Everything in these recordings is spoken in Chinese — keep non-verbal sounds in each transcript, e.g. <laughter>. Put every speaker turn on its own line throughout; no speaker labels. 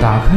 打开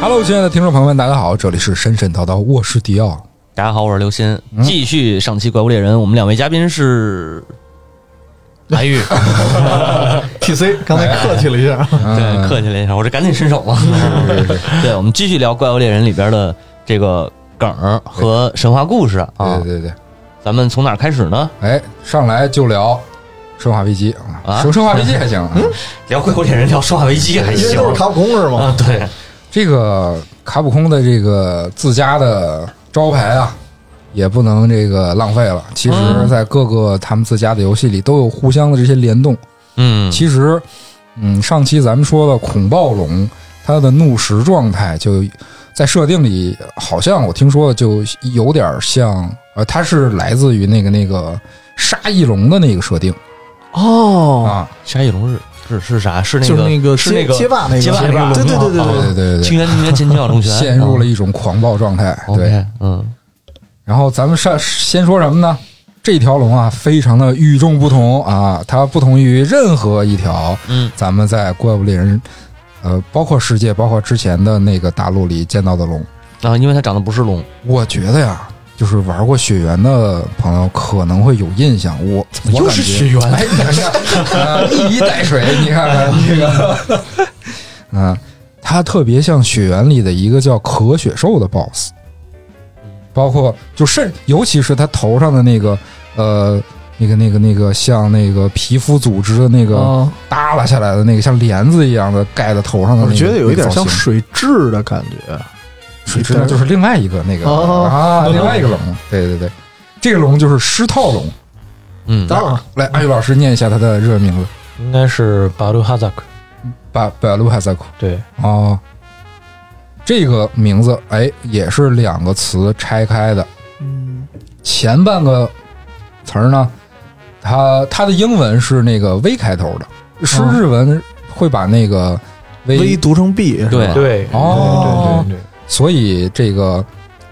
Hello，亲爱的听众朋友们，大家好，这里是神神叨叨，我是迪奥。
大家好，我是刘鑫，
嗯
继续上期《怪物猎人》，我们两位嘉宾是白玉，
TC 刚才客气了一下，
<laughs> 对，客气了一下，我这赶紧伸手嘛。
嗯
<laughs> 对，我们继续聊《怪物猎人》里边的这个梗儿和神话故事啊
对，对对，
咱们从哪儿开始呢？
哎，上来就聊《生化危机》
啊
说《生化危机》还行啊。
聊《怪物猎人》，聊《生化危机》还
哎因为
哎行
都是卡普空是吗？
啊，对，
这个卡普空的这个自家的招牌啊，也不能这个浪费了。其实，在各个他们自家的游戏里都有互相的这些联动。
嗯，
其实，嗯，上期咱们说了恐暴龙，它的怒食状态就在设定里，好像我听说了，就有点像，呃，它是来自于那个那个杀翼龙的那个设定
哦，
啊。
沙翼龙日是是啥？是那
就是
个
那个
是那个
街街霸那个
街霸那个
对对对
龙
对对
吗
对，
对对对对，
清源清源剑教龙 <laughs> 拳
陷入了一种狂暴状态。对，
OK，嗯，
然后咱们上先说什么呢？这条龙啊，非常的与众不同啊，它不同于任何一条，
嗯，
咱们在怪物猎人，呃，包括世界，包括之前的那个大陆里见到的龙。
啊，因为它长得不是龙，
我觉得呀，就是玩过血缘的朋友可能会有印象。我我感觉
是血缘
<laughs> 哎，你看看，啊一衣带水，你看看这个，嗯、它特别像血缘里的一个叫可血兽的 BOSS，包括就甚，尤其是它头上的那个呃。那个、那个、那个，像那个皮肤组织的那个
啊，
耷拉下来的那个，像帘子一样的盖在头
嗯
上的那
我
个，
觉得有一点
那个造
像
型
水蛭的感觉，
水蛭呢就是另外一个那个
哦
啊，另外一个龙，对对对，这个龙就是狮套龙。
嗯，
等会儿
来，阿宇老师念一下它的日文名字，
应该是巴鲁哈扎克。
巴巴鲁哈萨库
对，
哦，这个名字哎也是两个词拆开的，
嗯，
前半个词儿呢，它它的英文是那个 V 开头的，是
嗯
日文会把那个 V，,、
微读成 B 是吧
对
对，
哦
对对对
所以这个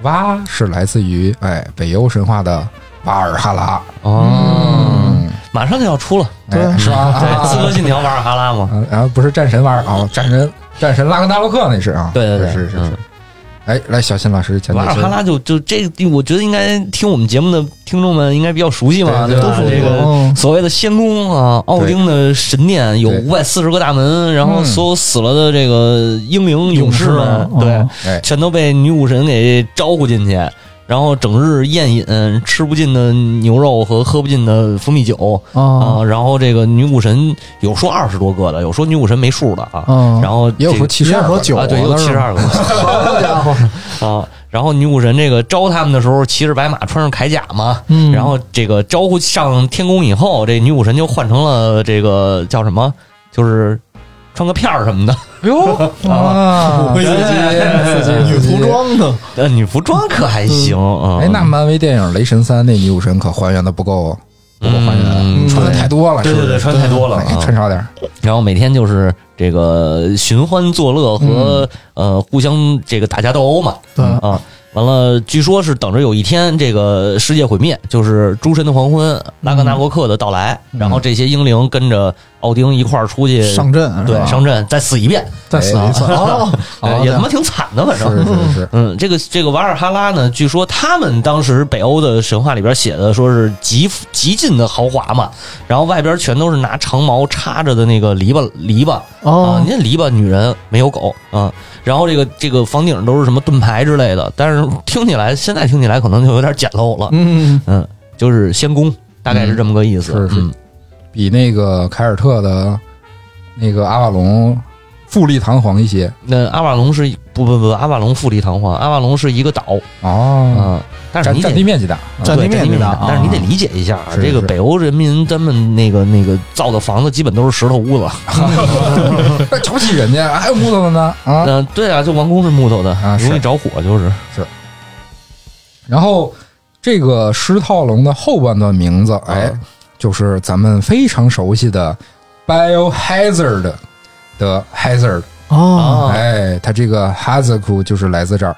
哇是来自于哎北欧神话的瓦尔哈拉，
哦，
嗯，
嗯马上就要出了，
哎
对
是吧？
对，
啊
刺客信条瓦尔哈拉嘛，
啊，然后不是战神玩意儿啊，战神战神拉格纳洛克那是啊，
对对对，
是是是
嗯。
哎，来，小新老师讲
瓦尔
讲
哈拉就就这个地，我觉得应该听我们节目的听众们应该比较熟悉嘛，
对对
吧？
对
这个嗯
哦
所谓的仙宫啊，奥丁的神殿有
对
五百四十个大门，然后
嗯
所有死了的这个英灵勇士们，
勇士
对
哦，
哎
全都被女武神给招呼进去。然后整日宴饮，吃不尽的牛肉和喝不尽的蜂蜜酒啊、
哦
啊
然后这个女武神有说二十多个的，有说女武神没数的啊。
啊，
然后
哦也有
这
说
个
七十二
说九
啊，对，有七十二个。
好家伙，
<laughs>
<laughs> 啊，然后女武神这个招他们的时候骑着白马，穿上铠甲嘛，
嗯
然后这个招呼上天宫以后，这女武神就换成了这个叫什么，就是穿个片儿什么的， <laughs>
哟啊，
哎
刺激刺激
女服。装呢？
呃，女服装可还行啊。
哎，那漫威电影《雷神三》那女武神可还原的不够，不够还
嗯
原，穿的太多了，
对
是不
对对，
是？
穿太多了
哎
啊
穿。少点儿。
然后每天就是这嗯个寻欢作乐和呃互相这个打架斗殴嘛
对
啊。完了，据说是等着有一天这个世界毁灭，就是诸神的黄昏、拉格纳洛克的到来，然后这些英灵跟着奥丁一块儿出去
上阵
对嗯上阵再死一遍，
再死一次哦，
哎
好
也
家
他
伙
妈挺惨的，反正
是是
<laughs>
是，
嗯，这个这个瓦尔哈拉呢，据说他们当时北欧的神话里边写的，说是极极尽的豪华嘛，然后外边全都是拿长毛插着的那个篱笆篱笆啊，
哦
你，看篱笆女人没有狗啊，然后这个这个房顶上都是什么盾牌之类的，但是听起来现在听起来可能就有点简陋了，
嗯，
嗯，就是仙宫，大概是这么个意思，
嗯是是
嗯
比那个凯尔特的那个阿瓦隆富丽堂皇一些
那阿瓦隆是不不不，阿瓦隆富丽堂皇，阿瓦隆是一个岛
哦，
啊，但是
占
你得
占地面积大，啊
占
对
地面积大，
但是你得理解一下，
是
这个
是
北欧人民他们那个那个造的房子基本都是石头屋子。
哎 <laughs> 瞧不起人家，还有木头的呢啊！
嗯，对啊，就王宫是木头的
啊，是
容易着火，就是
然后这个狮套龙的后半段名字，哎，就是咱们非常熟悉的 biohazard 的 hazard，
哦
啊，
哎，它这个 hazard 就是来自这儿，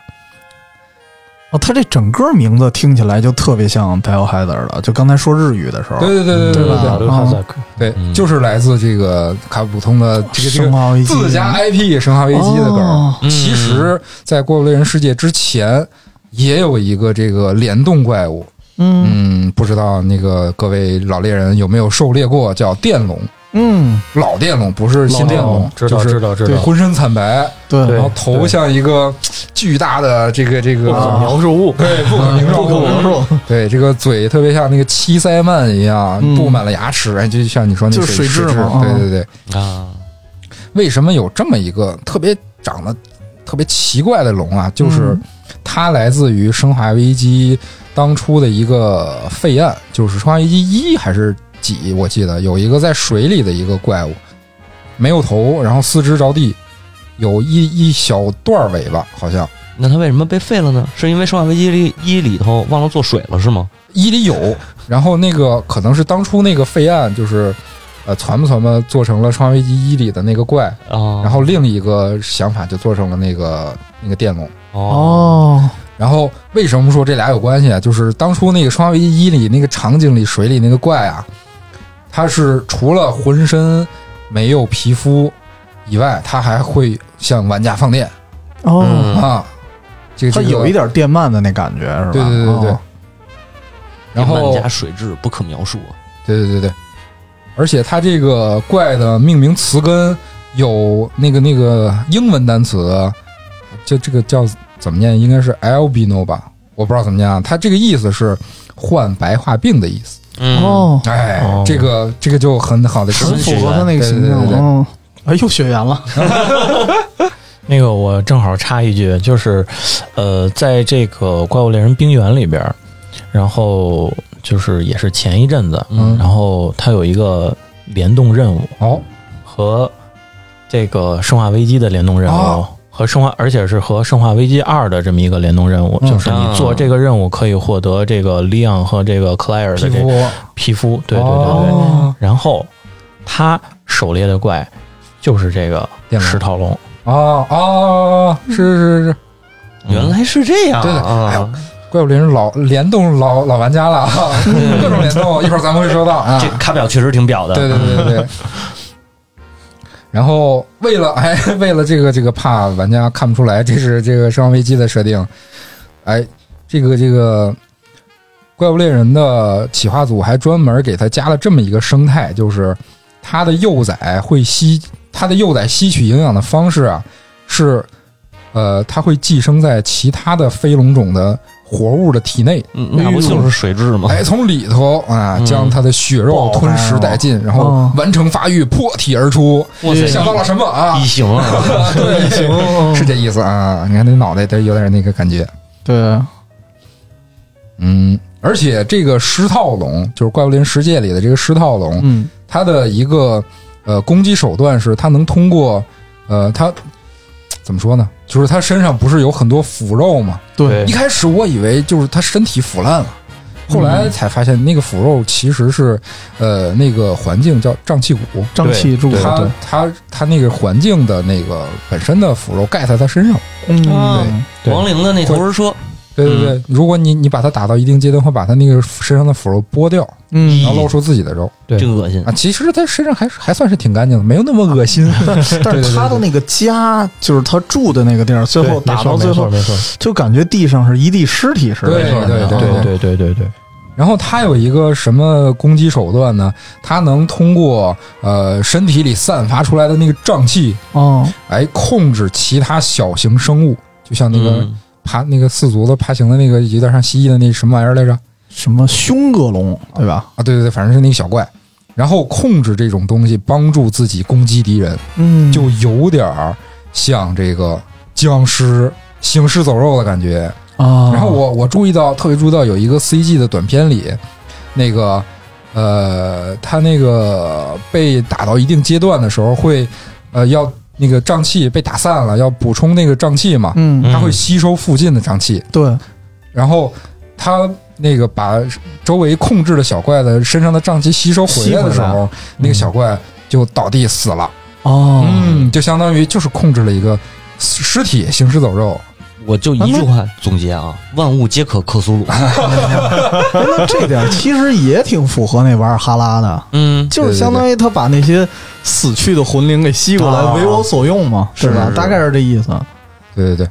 哦，他这整个名字听起来就特别像 b i o h a z a r 了，就刚才说日语的时候，
对对对对对
哦吧
对
巴鲁哈萨克，
对
嗯
对，就是来自这个卡普通的这个这个
生化危机
自家 IP 生化危机的梗儿。
哦
嗯
其实，在《怪物猎人世界》之前，也有一个这个联动怪物，
嗯
嗯，不知道那个各位老猎人有没有狩猎过？叫电龙，
嗯，
老电龙不是新电龙，
知
就
道知
是
道知
对
道，
浑身惨白，
对哦
对
然后头像一个巨大的这个这个。
啊
描述物，
对，不可名状物，
述，
对这个嘴特别像那个七鳃鳗一样，
嗯
布满了牙齿，哎，就像你说那
就是
水
水蛭
蛭
嘛
对
啊
对对，
啊，
为什么有这么一个特别长得特别奇怪的龙啊？就是
嗯
它来自于《生化危机》当初的一个废案，就是《生化危机一》还是几？我记得有一个在水里的一个怪物，没有头，然后四肢着地，有一一小段尾巴，好像
那他为什么被废了呢？是因为《生化危机》里一里头忘了做水了是吗？
一里有。然后那个可能是当初那个废案，就是呃，传吧传吧，做成了《生化危机一》里的那个怪，
啊，
然后另一个想法就做成了那个那个电龙。
哦，
哦，
然后为什么说这俩有关系啊？就是当初那个《生化危机一》里那个场景里水里那个怪啊，它是除了浑身没有皮肤以外，它还会向玩家放电
哦，
嗯，
啊。这个
它
这个
有一点电鳗的那感觉是吧？
对对对对对
哦。
然
漫
后
家水质不可描述啊，
对对对对，而且它这个怪的命名词根有那个那个英文单词，就这个叫怎么念？应该是 albino 吧？我不知道怎么念啊。它这个意思是患白化病的意思。
嗯，
哦，
哎，
哦
这个这个就很好的
很
神
符合他那个形象
对对对对
嗯，哎，又血缘
<laughs>
了，
那个我正好插一句，就是，呃，在这个《怪物猎人冰原》里边儿，然后就是也是前一阵子，
嗯
然后它有一个联动任务
哦
和这个《生化危机》的联动任务。
哦
和生化，而且是和《生化危机二》的这么一个联动任务，
嗯
就是你做
啊
这个任务可以获得这个 Leon 和这个 Claire
皮
的这
肤
皮肤，对对对对，
哦
然后他狩猎的怪就是这个
电龙
石套龙，
哦哦，是是是，
原来是这样
对的哎
啊
呦，怪物猎人老联动老老玩家了，啊，各种联动，一会儿咱们会说到啊
这。卡表确实挺表的，
对对对对对。然后为了哎， <laughs> 为了这个这个怕玩家看不出来这是 <laughs> 这个《生化危机》的设定，哎，这个这个怪物猎人的企划组还专门给他加了这么一个生态，就是它的幼崽会吸它的幼崽吸取营养的方式啊，是呃，它会寄生在其他的飞龙种的活物的体内，
嗯，那不就是水质吗？
哎，从里头啊，
嗯
将它的血肉吞噬殆尽，然后
哦
完成发育，破体而出。
哇塞，
想到了什么啊
异？形啊，
<laughs> 对，是这意思啊。你看那脑袋，它有点那个感觉。
对，
嗯，而且这个狮套龙，就是《怪物猎人世界》里的这个狮套龙，
嗯，
它的一个呃攻击手段是它能通过呃它怎么说呢？就是它身上不是有很多腐肉吗？
对，
一开始我以为就是他身体腐烂了，后
嗯
来才发现那个腐肉其实是，呃，那个环境叫瘴气谷，
瘴气柱，
它
对，
它它那个环境的那个本身的腐肉盖在他身上，
嗯，
啊
对
亡灵的那头儿说
对对
嗯
对，如果你你把它打到一定阶段，会把它那个身上的腐肉剥掉，
嗯
然后露出自己的肉
对
真恶心
啊。其实它身上还是还算是挺干净的，没有那么恶心。
但
对对
是
对
他的那个家，就是他住的那个地儿，最后打到最后，
没错，
就感觉地上是一地尸体似的。
对
就是那样
对对
对对对对，
然后它有一个什么攻击手段呢？它能通过呃身体里散发出来的那个瘴气，
哦，
来控制其他小型生物，就像那个
嗯
爬、那个四足的爬行的那个有点像蜥蜴的那什么玩意儿来着？
什么凶恶龙，对吧？
啊，对对对，反正是那个小怪。然后控制这种东西，帮助自己攻击敌人，
嗯
就有点儿像这个僵尸行尸走肉的感觉。
啊。
然后我我注意到，特别注意到有一个 CG 的短片里，那个呃，他那个被打到一定阶段的时候会，呃要那个瘴气被打散了，要补充那个瘴气嘛，
嗯，
他会吸收附近的瘴气，
对，
然后他。那个把周围控制的小怪的身上的瘴气吸收回来的时
吸回
候，那个小怪就倒地死了。
哦
嗯，就相当于就是控制了一个尸体行尸走肉。
我就一句话总结啊，万物皆可克苏鲁。
那这点其实也挺符合那玩意儿哈拉的，
嗯，
就是相当于他把那些死去的魂灵给吸过来，
啊
为我所用嘛，
哦是
对吧
是？
大概是这意思。
对对对。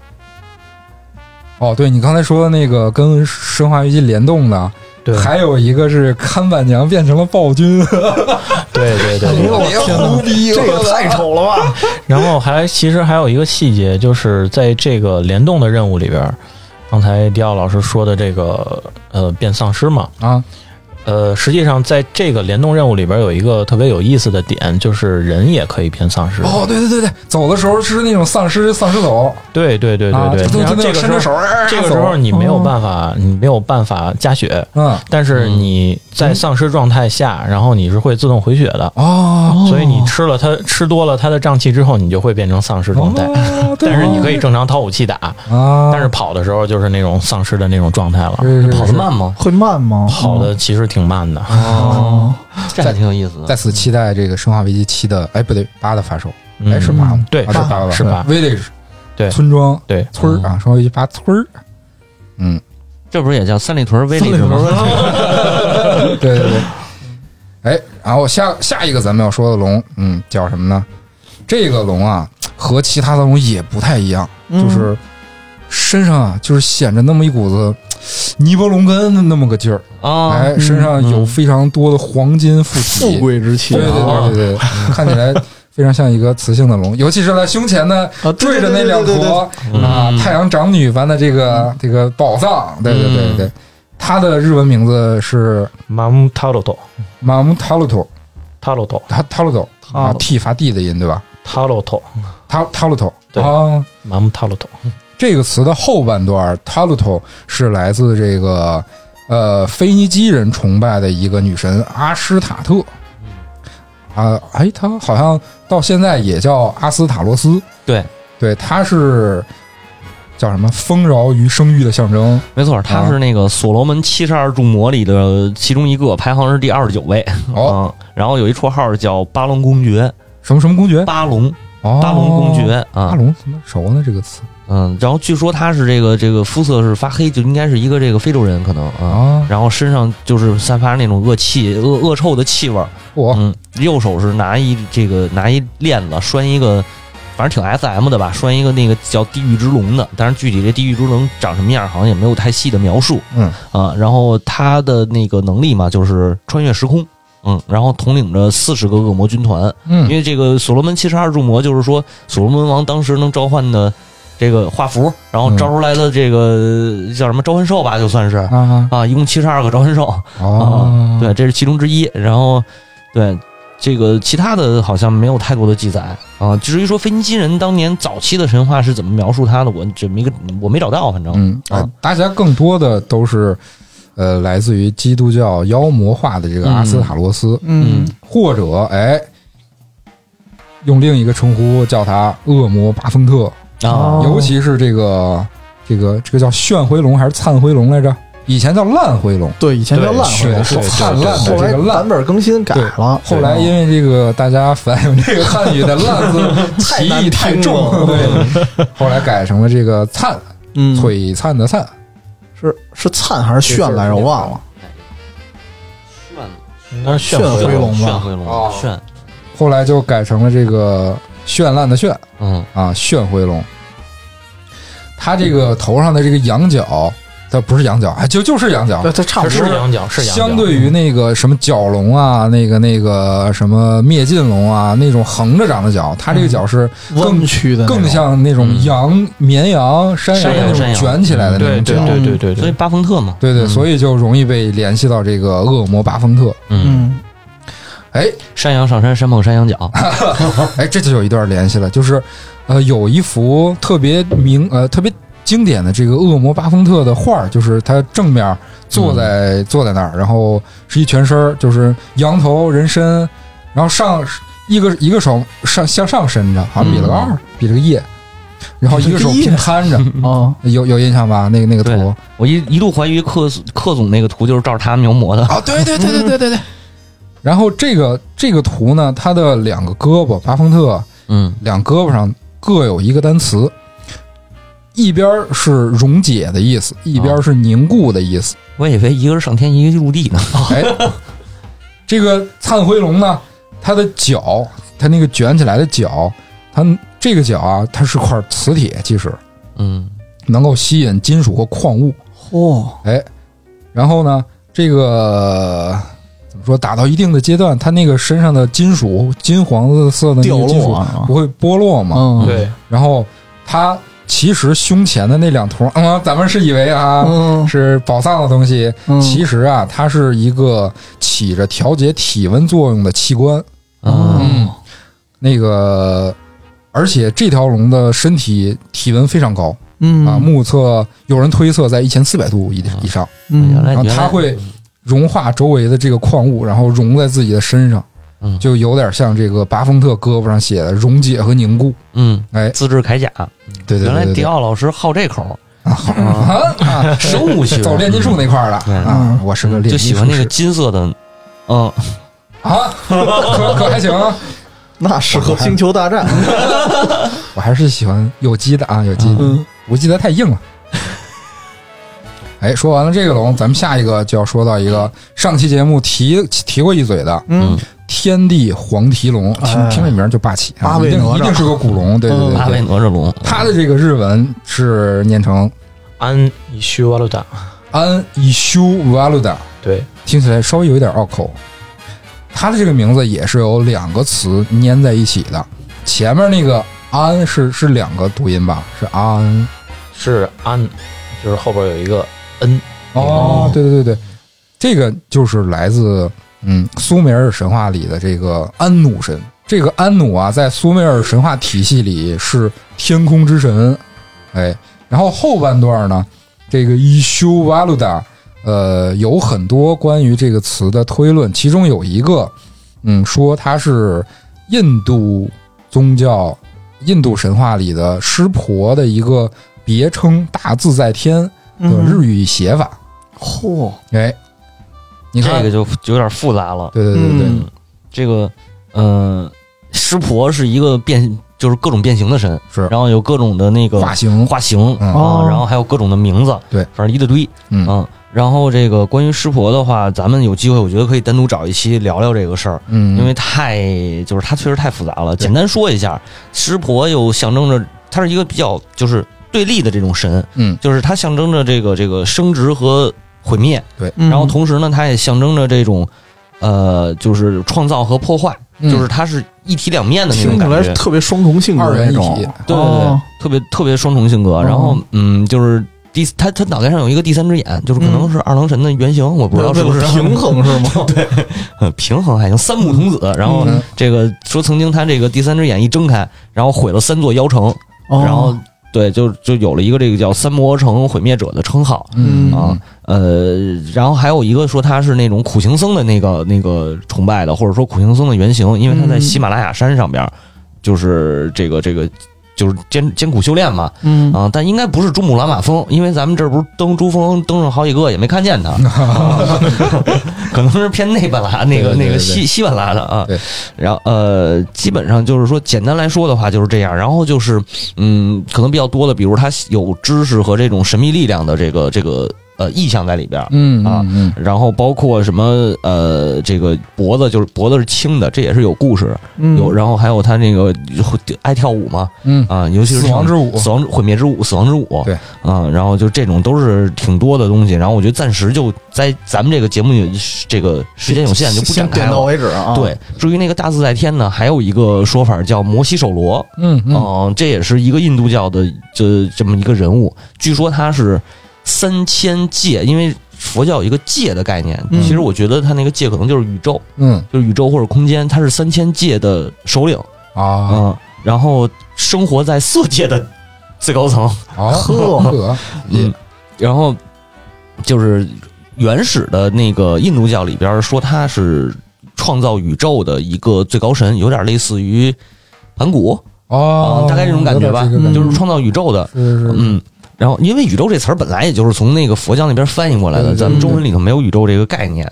哦，对你刚才说的那个跟《生化危机》联动的，
对
还有一个是看板娘变成了
<laughs>
暴君，
对对对对。
我哎天哪， <laughs> 这个太丑了吧！
然后还其实还有一个细节，就是在这个联动的任务里边儿，刚才迪奥老师说的这个呃变丧尸嘛，
啊，
呃，实际上在这个联动任务里边儿有一个特别有意思的点，就是人也可以变丧尸。
哦，对对对对，走的时候是那种丧尸丧尸走，
对对对
啊
对对，
就
然后
就
这
那种
个时
伸着手
候，，
哎
这个时候
走
你没有办法，你没有办法加血，
嗯，
但是你在丧尸状态下，然后你是会自动回血的，
哦，
所以你吃了它吃多了它的瘴气之后，你就会变成丧尸状态。
哦对
但是你可以
哦
正常掏武器打，
啊，
但是跑的时候就是那种丧尸的那种状态了，
嗯
是是
跑
是
得慢吗？
<laughs> 会慢吗？
跑的其实挺慢的。
哦，
这还挺有意思的。
再次期待这个《生化危机七》的，哎，不对，八的发售，
嗯
哎，是八吗？
对
啊对八吧
是八
Village，
对
村庄
对，嗯
村儿啊，《生化危机八》村儿， <laughs> 嗯，
这不是也叫三里屯威力
三里屯
吗？
对对对。哎，然后下下一个咱们要说的龙，嗯，叫什么呢？这个龙啊，和其他的龙也不太一样，
嗯
就是身上啊，就是显着那么一股子嘖尼伯龙根的那么个劲儿，
<laughs> 啊，
哎，身上有
嗯
非常多的黄金附体，
富贵之气
对对
啊
对
<laughs>
对对，看起来非常像一个雌性的龙，尤其是在胸前呢
啊！
缀着那两
对嗯对对对对
坨啊
嗯
太阳长女般的这个这个宝藏，对对对对对，它的日文名字是
马姆塔罗多，
马姆塔鲁托。
塔罗多，
他塔鲁头啊，T 发 D 的音对吧？
塔罗多，
塔塔鲁头
对
啊，
马姆塔罗多。
这个词的后半段塔鲁头是来自这个呃腓尼基人崇拜的一个女神阿斯塔特。
嗯
啊，哎，她好像到现在也叫阿斯塔罗斯。
对，
对，她是叫什么？丰饶与生育的象征。
没错，他是那个所罗门七十二柱魔里的其中一个，排行是第二十九位。
哦，
嗯，然后有一绰号叫巴龙公爵，
什么什么公爵？
巴龙，
哦，
巴龙公爵
巴
啊，
龙怎么熟呢？这个词
嗯，然后据说他是这个这个肤色是发黑，就应该是一个这个非洲人可能啊，
啊，
然后身上就是散发那种恶气、恶恶臭的气味儿，
我
嗯，右手是拿一这个拿一链子拴一个，反正挺 S M 的吧，拴一个那个叫地狱之龙的，但是具体这地狱之龙长什么样好像也没有太细的描述，
嗯
啊，然后他的那个能力嘛就是穿越时空，嗯，然后统领着四十个恶魔军团，因
嗯
为这个所罗门七十二柱魔就是说所罗门王当时能召唤的这个画符，然后
嗯
招出来的这个叫什么召唤兽吧，就算是
啊
啊，一共七十二个召唤兽，
哦，
啊对，这是其中之一。然后，对这个其他的好像没有太多的记载啊。至于说腓尼基人当年早期的神话是怎么描述他的，我这没个我没找到，反正、
嗯，
啊
呃大家更多的都是呃来自于基督教妖魔化的这个阿斯塔罗斯，
嗯
嗯
或者哎，用另一个称呼叫他恶魔巴芬特，
啊
哦，
尤其是这个这个这个叫炫回龙还是灿回龙来着？以前叫烂回龙，
对，以前叫烂
血
回
的
龙，
是
对
灿烂的
后来
这个烂
版。本更新改
对
了，嗯
后来因为这个大家反映这个汉语的“烂” <laughs> 字歧义太重，对，后来改成了这个“灿”，
嗯，
璀璨的“灿”。
是是灿还是炫来着？我忘了。
炫
那是
炫
辉
辉龙吧
炫辉龙，
哦
炫，
后来就改成了这个绚烂的绚
嗯，
啊，炫回龙。他这个头上的这个羊角，它不是羊角，啊就就是羊角
对，，它差
它
不
是
多。
羊角，是羊角。
相对于那个什么角龙啊，那个那个什么灭尽龙啊，那种横着长的角，它这个角是
弯
更
曲的那种，
更像那种
嗯
羊、绵羊、山
山
那
羊山
种
羊
卷起来的那
对
种
对
角。
对对对
所以
对，
巴冯特嘛，
对对，
嗯
所以就容易被联系到这个恶魔巴丰特。
嗯，
嗯，
哎
山羊上山，山碰山羊 <laughs> 角，
哎，这就有一段联系了，就是呃，有一幅特别明呃特别经典的这个恶魔巴丰特的画儿，就是他正面坐在、
嗯
坐在那儿，然后是一全身儿，就是羊头人身，然后上一个一个手上向上伸着，好像比了个二、
嗯
比了个耶，然后一个
比
手
了个耶
平
<laughs>
摊着，
哦，
有有印象吧？那个那个
对
图
我一一度怀疑克苏克总那个图就是照着他描摹 <laughs> 的，
啊，对对对对对对
嗯
对。然后这个这个图呢，它的两个胳膊，巴丰特
嗯
两胳膊上各有一个单词，一边儿是溶解的意思，一
啊
边儿是凝固的意思。
我以为一个是上天，一个是入地呢。
哎，这个灿辉龙呢，它的脚，它那个卷起来的脚，它这个脚啊，它是块磁铁，其实
嗯，
能够吸引金属和矿物。
嚯，
然后呢，这个怎么说？打到一定的阶段，它那个身上的金属金黄色的那
掉
个金
落
属
啊
不，会剥落嘛？
嗯，
对
然后它其实胸前的那两坨，嗯，咱们是以为啊、
嗯，
是宝藏的东西，
嗯
其实啊，它是一个起着调节体温作用的器官。
嗯，
嗯，那个，而且这条龙的身体体温非常高
嗯
啊，目测有人推测在一千四百度以以上，
原
嗯，
来
然后
哦原来
它会融化周围的这个矿物，然后融在自己的身上
嗯，
就有点像这个巴丰特胳膊上写的溶解和凝固。
嗯，
哎
自制铠甲。
对对
原来
对对
迪
对，
奥老师好这口，
啊啊
生物
<laughs>
学
走炼金术那块儿了
对
啊，我是个
嗯就
炼金
喜
术
欢那个
士
金色的，嗯，
啊，可可还行啊，
那适合星球大战，
我还是喜欢有机的啊，有机的，
嗯
无机的太硬了。哎，说完了这个龙，咱们下一个就要说到一个上期节目提提过一嘴的
嗯，
天地黄蹄龙，听
哎
听这名儿就霸气
八
啊，
位
一定
哪吒
一定是个古龙，对
嗯
对对
八
对
位
对。
哪吒龙，
它的这个日文是念成
安以虚瓦鲁达，
安伊修瓦鲁达，
对，
听起来稍微有一点拗口。它的这个名字也是由两个词粘在一起的，前面那个安是是两个读音吧？是安
是安，就是后边有一个 n，
哦，对对对对，这个就是来自嗯苏美尔神话里的这个安努神。这个安努啊，在苏美尔神话体系里是天空之神，哎，然后后半段呢，这个伊修瓦鲁达，呃，有很多关于这个词的推论，其中有一个，嗯，说它是印度宗教、印度神话里的湿婆的一个别称“大自在天”的日语写法。
嗯嚯，
哎，你
这
看
个就就有点复杂了。
对对对对，
嗯
这个，嗯，湿婆是一个变，就是各种变形的神，
是
然后有各种的那个
发型，
化形
嗯
啊
哦，
然后还有各种的名字，
对
反正一大堆，
嗯
嗯。然后这个关于湿婆的话，咱们有机会，我觉得可以单独找一期聊聊这个事儿，
嗯，
因为太就是它确实太复杂了。
对
简单说一下，湿婆又象征着它是一个比较就是对立的这种神，
嗯
就是它象征着这个这个升值和毁灭，
嗯
然后同时呢，它也象征着这种呃，就是创造和破坏，
嗯
就是它是一体两面的那
听
种
起
感
来
觉
是。特别双重性格
二元
那
一
种
体，
对对对
哦，
特别特别双重性格。然后嗯，就是第他他脑袋上有一个第三只眼，就是可能是二郎神的原型，我不知道是
为
不
了
是
嗯 <laughs> 平衡是
<laughs>
吗？对，
嗯平衡还行，三目童子。然后
嗯
这个说曾经他这个第三只眼一睁开，然后毁了三座妖城，
哦
然后对就就有了一个这个叫三魔城毁灭者的称号。
嗯
啊，呃，然后还有一个说他是那种苦行僧的那个那个崇拜的，或者说苦行僧的原型，因为他在
嗯
喜马拉雅山上边儿，就是这个这个就是艰艰苦修炼嘛，
嗯
啊，但应该不是珠穆朗玛峰，因为咱们这儿不是登珠峰登上好几个也没看见它，
<laughs>
可能是偏内半拉那个
对对对
那个
对
西西半拉的啊
对。
然后呃，基本上就是说，简单来说的话就是这样。然后就是嗯，可能比较多的，比如它有知识和这种神秘力量的这个这个。呃意象在里边儿。
嗯
啊
嗯
然后包括什么呃，这个脖子就是脖子是青的，这也是有故事。
嗯
有，然后还有他那个爱跳舞嘛，
嗯
啊，尤其是
死亡之舞
死亡毁灭之舞、死亡之舞，
对
啊，然后就这种都是挺多的东西。然后我觉得暂时就在咱们这个节目有这个时间有限，就不展
先
开
点到
了。
为止啊。，
对，至于那个大自在天呢，还有一个说法叫摩西首罗，
嗯
嗯、
嗯
这也是一个印度教的这这么一个人物。据说他是三千界，因为佛教有一个界的概念，
嗯
其实我觉得他那个界可能就是宇宙，
嗯
就是宇宙或者空间，他是三千界的首领。
啊
嗯，然后生活在色界的最高层，
啊
呵
呵，
嗯，然后就是原始的那个印度教里边说他是创造宇宙的一个最高神，有点类似于盘古啊、
哦，
大概这种感觉吧，
有点这个感觉
就是创造宇宙的，
是是是，
嗯。然后，因为宇宙这词儿本来也就是从那个佛教那边翻译过来的，
对对
咱们中文里头没有宇宙这个概念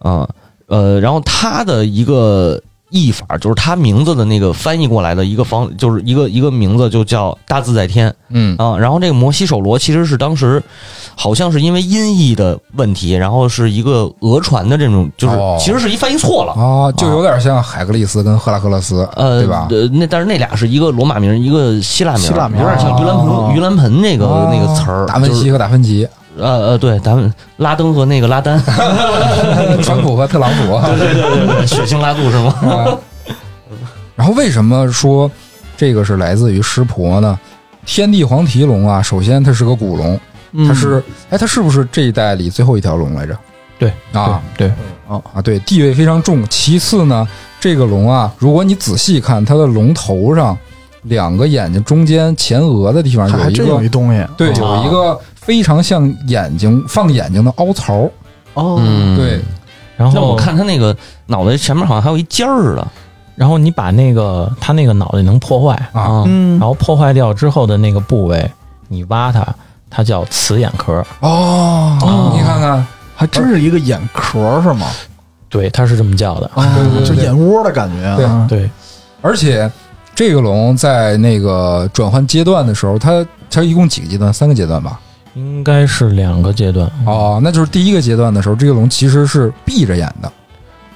啊、呃，然后他的一个译法就是他名字的那个翻译过来的一个方，就是一个一个名字就叫大自在天
嗯
啊、然后这个摩西首罗其实是当时好像是因为音译的问题，然后是一个讹传的这种，就是、
哦
其实是一翻译错了。
啊，就有点像海格力斯跟赫拉克勒斯，
呃，
对吧？
呃，那但是那俩是一个罗马名，一个希腊名，
希腊名
有点像盂兰盆、盂兰盆那个、
哦
那个词儿，
啊达芬
就是
奇和达
<laughs>
芬奇，
呃呃，对，咱们拉登和那个拉丹，
川普和特朗普，
<laughs> 对对对，血腥拉肚是吗？
啊然后为什么说这个是来自于湿婆呢？天地黄蹄龙啊，首先它是个古龙，
嗯
它是哎，它是不是这一代里最后一条龙来着？
对
啊
对，
哦
啊，对，地位非常重。其次呢，这个龙啊，如果你仔细看它的龙头上两个眼睛中间前额的地方
它
有
还
一
真
个
有一东西。
对，
啊
有一个非常像眼睛放眼睛的凹槽，
哦，
嗯
对。，
然
那
后
我看他那个脑袋前面好像还有一尖儿似的，
然后你把那个他那个脑袋能破坏，
啊
嗯
然，后破坏掉之后的那个部位，你挖它，它叫瓷眼壳。
哦，你看看，
还真是一个眼壳是吗？
对，它是这么叫的。
对对
啊就
对
眼窝的感觉。
对
啊，
对，
而且这个龙在那个转换阶段的时候，它它一共几个阶段？三个阶段吧。
应该是两个阶段。
哦，那就是第一个阶段的时候，这个龙其实是闭着眼的。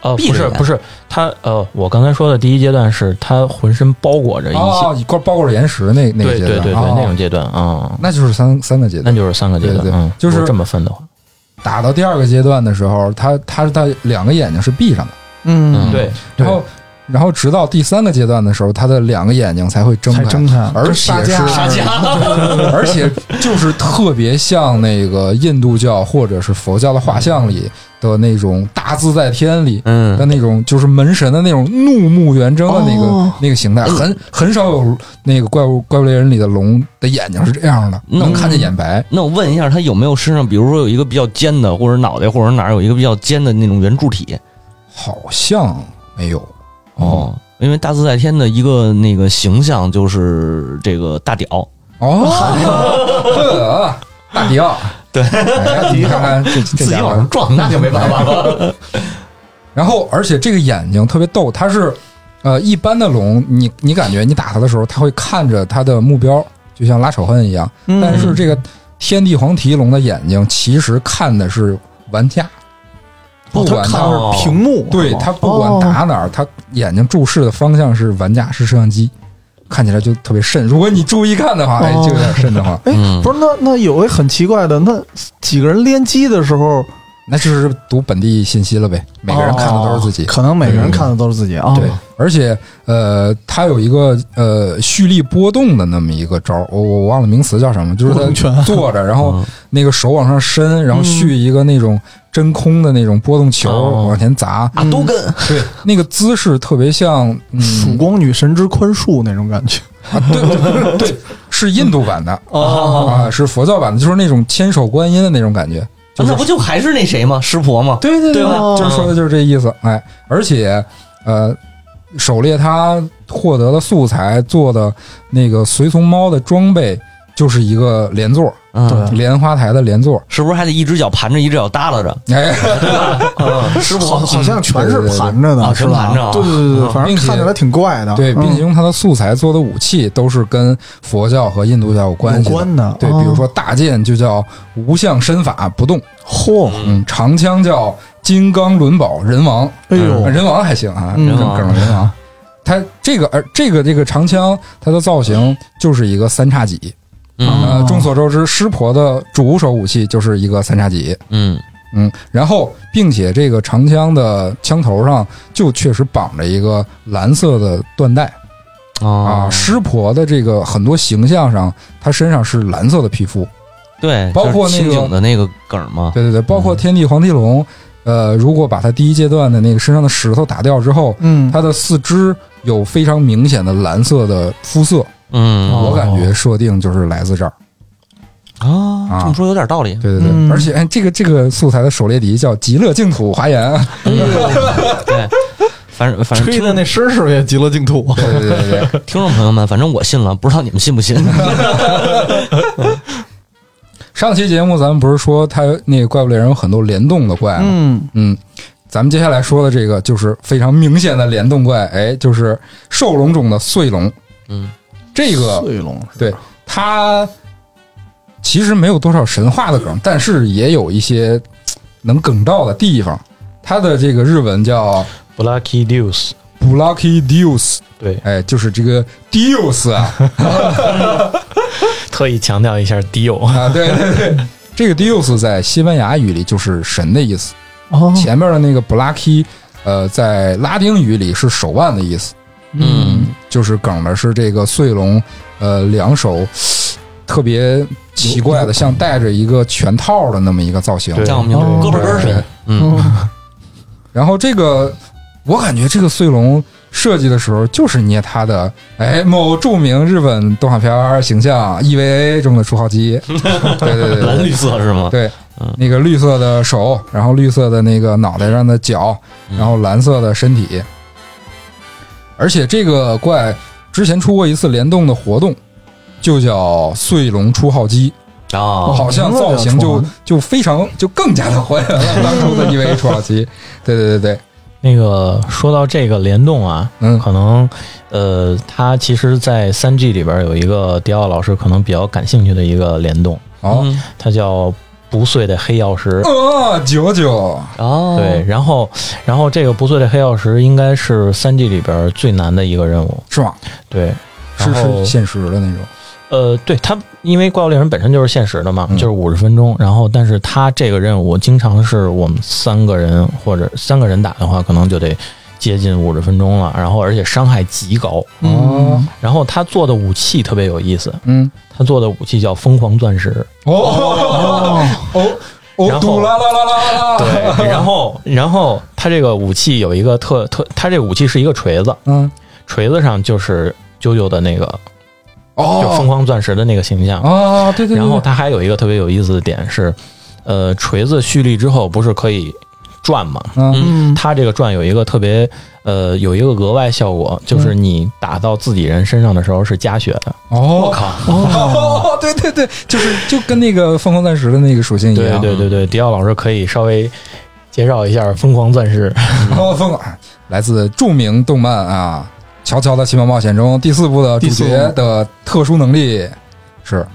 呃，
闭
不
着
是
眼
不是，它呃，我刚才说的第一阶段是它浑身包裹着一些，
哦，包包括岩石那那个
对
阶
对
段，
对对，
哦
那种阶段啊，
那就是三三个阶
那
段。
就是三个阶段
对对，
嗯，
就是
如果这么分的话，
打到第二个阶段的时候，它它它两个眼睛是闭上的，
嗯
嗯
对，
然后然后直到第三个阶段的时候，它的两个眼睛才会睁
才
开。
睁开，
啊
而且
这
是
杀价
<laughs>
<laughs>
而且就是特别像那个印度教或者是佛教的画像里的那种大自在天里的
嗯，
那种，就是门神的那种怒目圆睁的那个、那个形态，
嗯
很很少有那个怪物怪物猎人里的龙的眼睛是这样的，
嗯
能看见眼白。
那我问一下，他有没有身上，比如说有一个比较尖的，或者脑袋或者哪儿有一个比较尖的那种圆柱体？
好像没有，
哦，因为大自在天的一个那个形象就是这个大屌，
哦，呵大迪奥，
对
哎，你看看这这
自己
家
往
伙
上。撞，那就没办法了。
然后，而且这个眼睛特别逗，它是，呃，一般的龙，你你感觉你打它的时候，它会看着它的目标，就像拉仇恨一样。
嗯
但是这个天地黄蹄龙的眼睛其实看的是玩家，不管它是、
哦
屏幕，
对它不
哦
管打哪儿，它眼睛注视的方向是玩家，是摄像机，看起来就特别瘆。如果你注意看的话，哎，
哦
就有点瘆得慌。
哎
嗯，
不是，那那有一很奇怪的，那几个人联机的时候，
那就是读本地信息了呗，每个人看的都是自己
哦。可能每个人看的都是自己
哦
啊。
对，而且呃，它有一个呃蓄力波动的那么一个招儿，我我忘了名词叫什么，就是
波动
它
拳
<laughs> 坐着，然
嗯
后那个手往上伸，然后蓄一个那种真空的那种波动球
哦
往前砸，
啊都跟
对，那个姿势特别像嗯，
曙光女神之宽恕那种感觉。
啊对对对，是印度版的
哦，
啊，是佛教版的，就是那种千手观音的那种感觉，就
啊那
是
不就还是那谁吗？湿婆吗？
对哦对
对吧
就是说的就是这意思。哎，而且呃，狩猎它获得的素材做的那个随从猫的装备就是一个连座，
嗯，
对
莲花台的莲座，
是不是还得一只脚盘着，一只脚耷 <laughs> 拉着？嗯
哎，
师傅
好，好像全是盘着
啊
的，
全
是吧？
盘着啊
对对对对，反正
并且
看起来挺怪的。
对，
嗯
并且用它的素材做的武器都是跟佛教和印度教有关
有
系的。
关的，
对，
哦
比如说大剑就叫无相身法不动，
嚯，
嗯，长枪叫金刚轮宝人王，
哎呦，
人王还行啊，
嗯
这
哦人王
梗儿人王。它这个而这个这个长枪，它的造型就是一个三叉戟。
嗯
呃，众所周知，湿婆的主手武器就是一个三叉戟。
嗯
嗯，然后并且这个长枪的枪头上就确实绑着一个蓝色的缎带啊。
啊
湿婆的这个很多形象上，他身上是蓝色的皮肤。
对，
包括
就是
那个
清景的那个梗儿嘛，
对对对，包
嗯
括天地黄帝龙，呃，如果把他第一阶段的那个身上的石头打掉之后，
嗯，
它的四肢有非常明显的蓝色的肤色，
嗯
哦
哦
我感觉设定就是来自这儿。
啊，这么说有点道理。
对对对，
嗯
而且哎，这个这个素材的狩猎敌叫极乐净土华严，啊
<laughs>
嗯
<laughs>
对，反正反正
吹
听
的那声儿是不是也极乐净土？啊
对对对对对，
听众朋友们，反正我信了，不知道你们信不信。
上期节目咱们不是说它那个怪物猎人有很多联动的怪吗？
嗯，
嗯，咱们接下来说的这个就是非常明显的联动怪，哎，就是兽龙中的碎龙，
嗯
这个
碎龙是吧
对它其实没有多少神话的梗，但是也有一些嘖能梗到的地方。它的这个日文叫
Blacky Deuce，
Blocky Deus，
对，
哎，就是这个 Deus 啊
特意强调一下 Dio，
啊，对对对，这个 Deus 在西班牙语里就是神的意思，
哦，
前面的那个 Blocky，呃，在拉丁语里是手腕的意思，
嗯，
就是梗的是这个碎龙，呃，两手嘶特别奇怪的，像带着一个拳套的那么一个造型，
对
像我们有胳膊根儿神，嗯，
然后这个，我感觉这个碎龙设计的时候，就是捏它的哎某著名日本动画片儿形象 EVA 中的初号
<laughs>
机，对对对
蓝
对，
绿色是吗？
对
嗯
那个绿色的手，然后绿色的那个脑袋上的角，
嗯
然后蓝色的身体，而且这个怪之前出过一次联动的活动。就叫碎龙出号机，
啊，
好像造型就就非常就更加的还原了当初的 EVA 出号机。对对对对，
那个说到这个联动啊，
嗯，
可能呃，它其实，在三 G 里边有一个迪奥老师可能比较感兴趣的一个联动，
哦，
嗯
它叫不碎的黑曜石。
哦，九九，
哦，
对，，然后，然后这个不碎的黑曜石应该是三 G 里边最难的一个任务。
是吧？
对，
是
然后
是现实的那种，
呃，对它，因为怪物猎人本身就是限时的嘛，
嗯
就是五十分钟。然后，但是它这个任务经常是我们三个人或者三个人打的话，可能就得接近五十分钟了。然后，而且伤害极高。
哦，
然后他做的武器特别有意思，
嗯，
他做的武器叫疯狂钻石。
哦哦哦哦，
然后
嘟啦啦啦啦啦，
对，然后然后他这个武器有一个特特，他这个武器是一个锤子，
嗯，
锤子上就是啾啾的那个就
哦
疯狂钻石的那个形象。
哦，对对对，
然后它还有一个特别有意思的点是，呃，锤子蓄力之后不是可以转吗？
嗯
嗯，
它这个转有一个特别呃有一个额外效果，就是你打到自己人身上的时候是加血的。
哦。
靠，
哦，对对对，就是就跟那个疯狂钻石的那个属性一
对
样，
对对对，迪奥老师可以稍微介绍一下疯狂钻石。
哦，疯狂来自著名动漫啊《乔乔的奇妙冒险》中第四部的主
第四部
角的特殊能力是，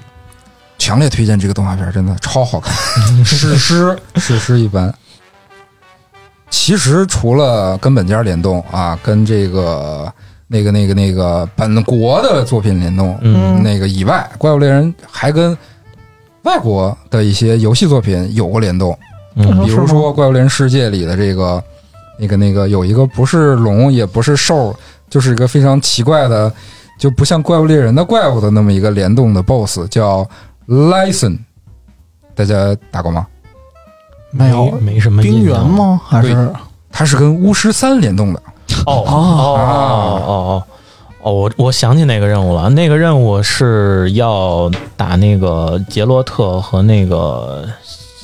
强烈推荐这个动画片，真的超好看，
<laughs>
史诗史诗一般。其实除了跟本家联动啊，跟这个那个那个那个本国的作品联动，
嗯
那个以外，《怪物猎人》还跟外国的一些游戏作品有过联动，
嗯
比如说《怪物猎人世界》里的这个那个那个有一个不是龙也不是兽，就是一个非常奇怪的，就不像怪物猎人的怪物的那么一个联动的 BOSS 叫 Lyson，大家打过吗？
没有
没什么
冰
印象
原？吗？还是
它是跟巫师三联动的，
哦哦哦哦哦哦，我我想起那个任务了，那个任务是要打那个杰洛特和那个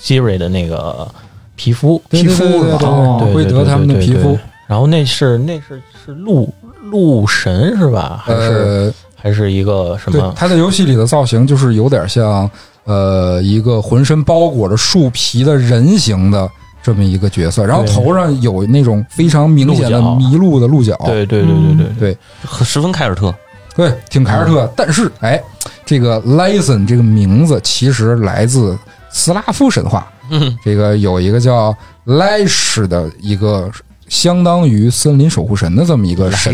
希瑞的那个皮肤，
对对
皮肤
对对
是吧
对
哦
对，
对
会得他们的皮。
对对对对
肤
对。然后那是那是是鹿鹿啊神是吧？还是、
呃，
还是一个什
对
么，？
它在游戏里的造型就是有点像呃一个浑身包裹着树皮的人形的这么一个角色，然后
对
头上有那种非常明显的
鹿角
麋鹿的鹿角，
对对对对对，
很十分凯尔特，
对，挺凯尔特。
嗯
但是，哎，这个 Lyson 这个名字其实来自斯拉夫神话，
嗯，
这个有一个叫莱什的一个相当于森林守护神的这么一个神，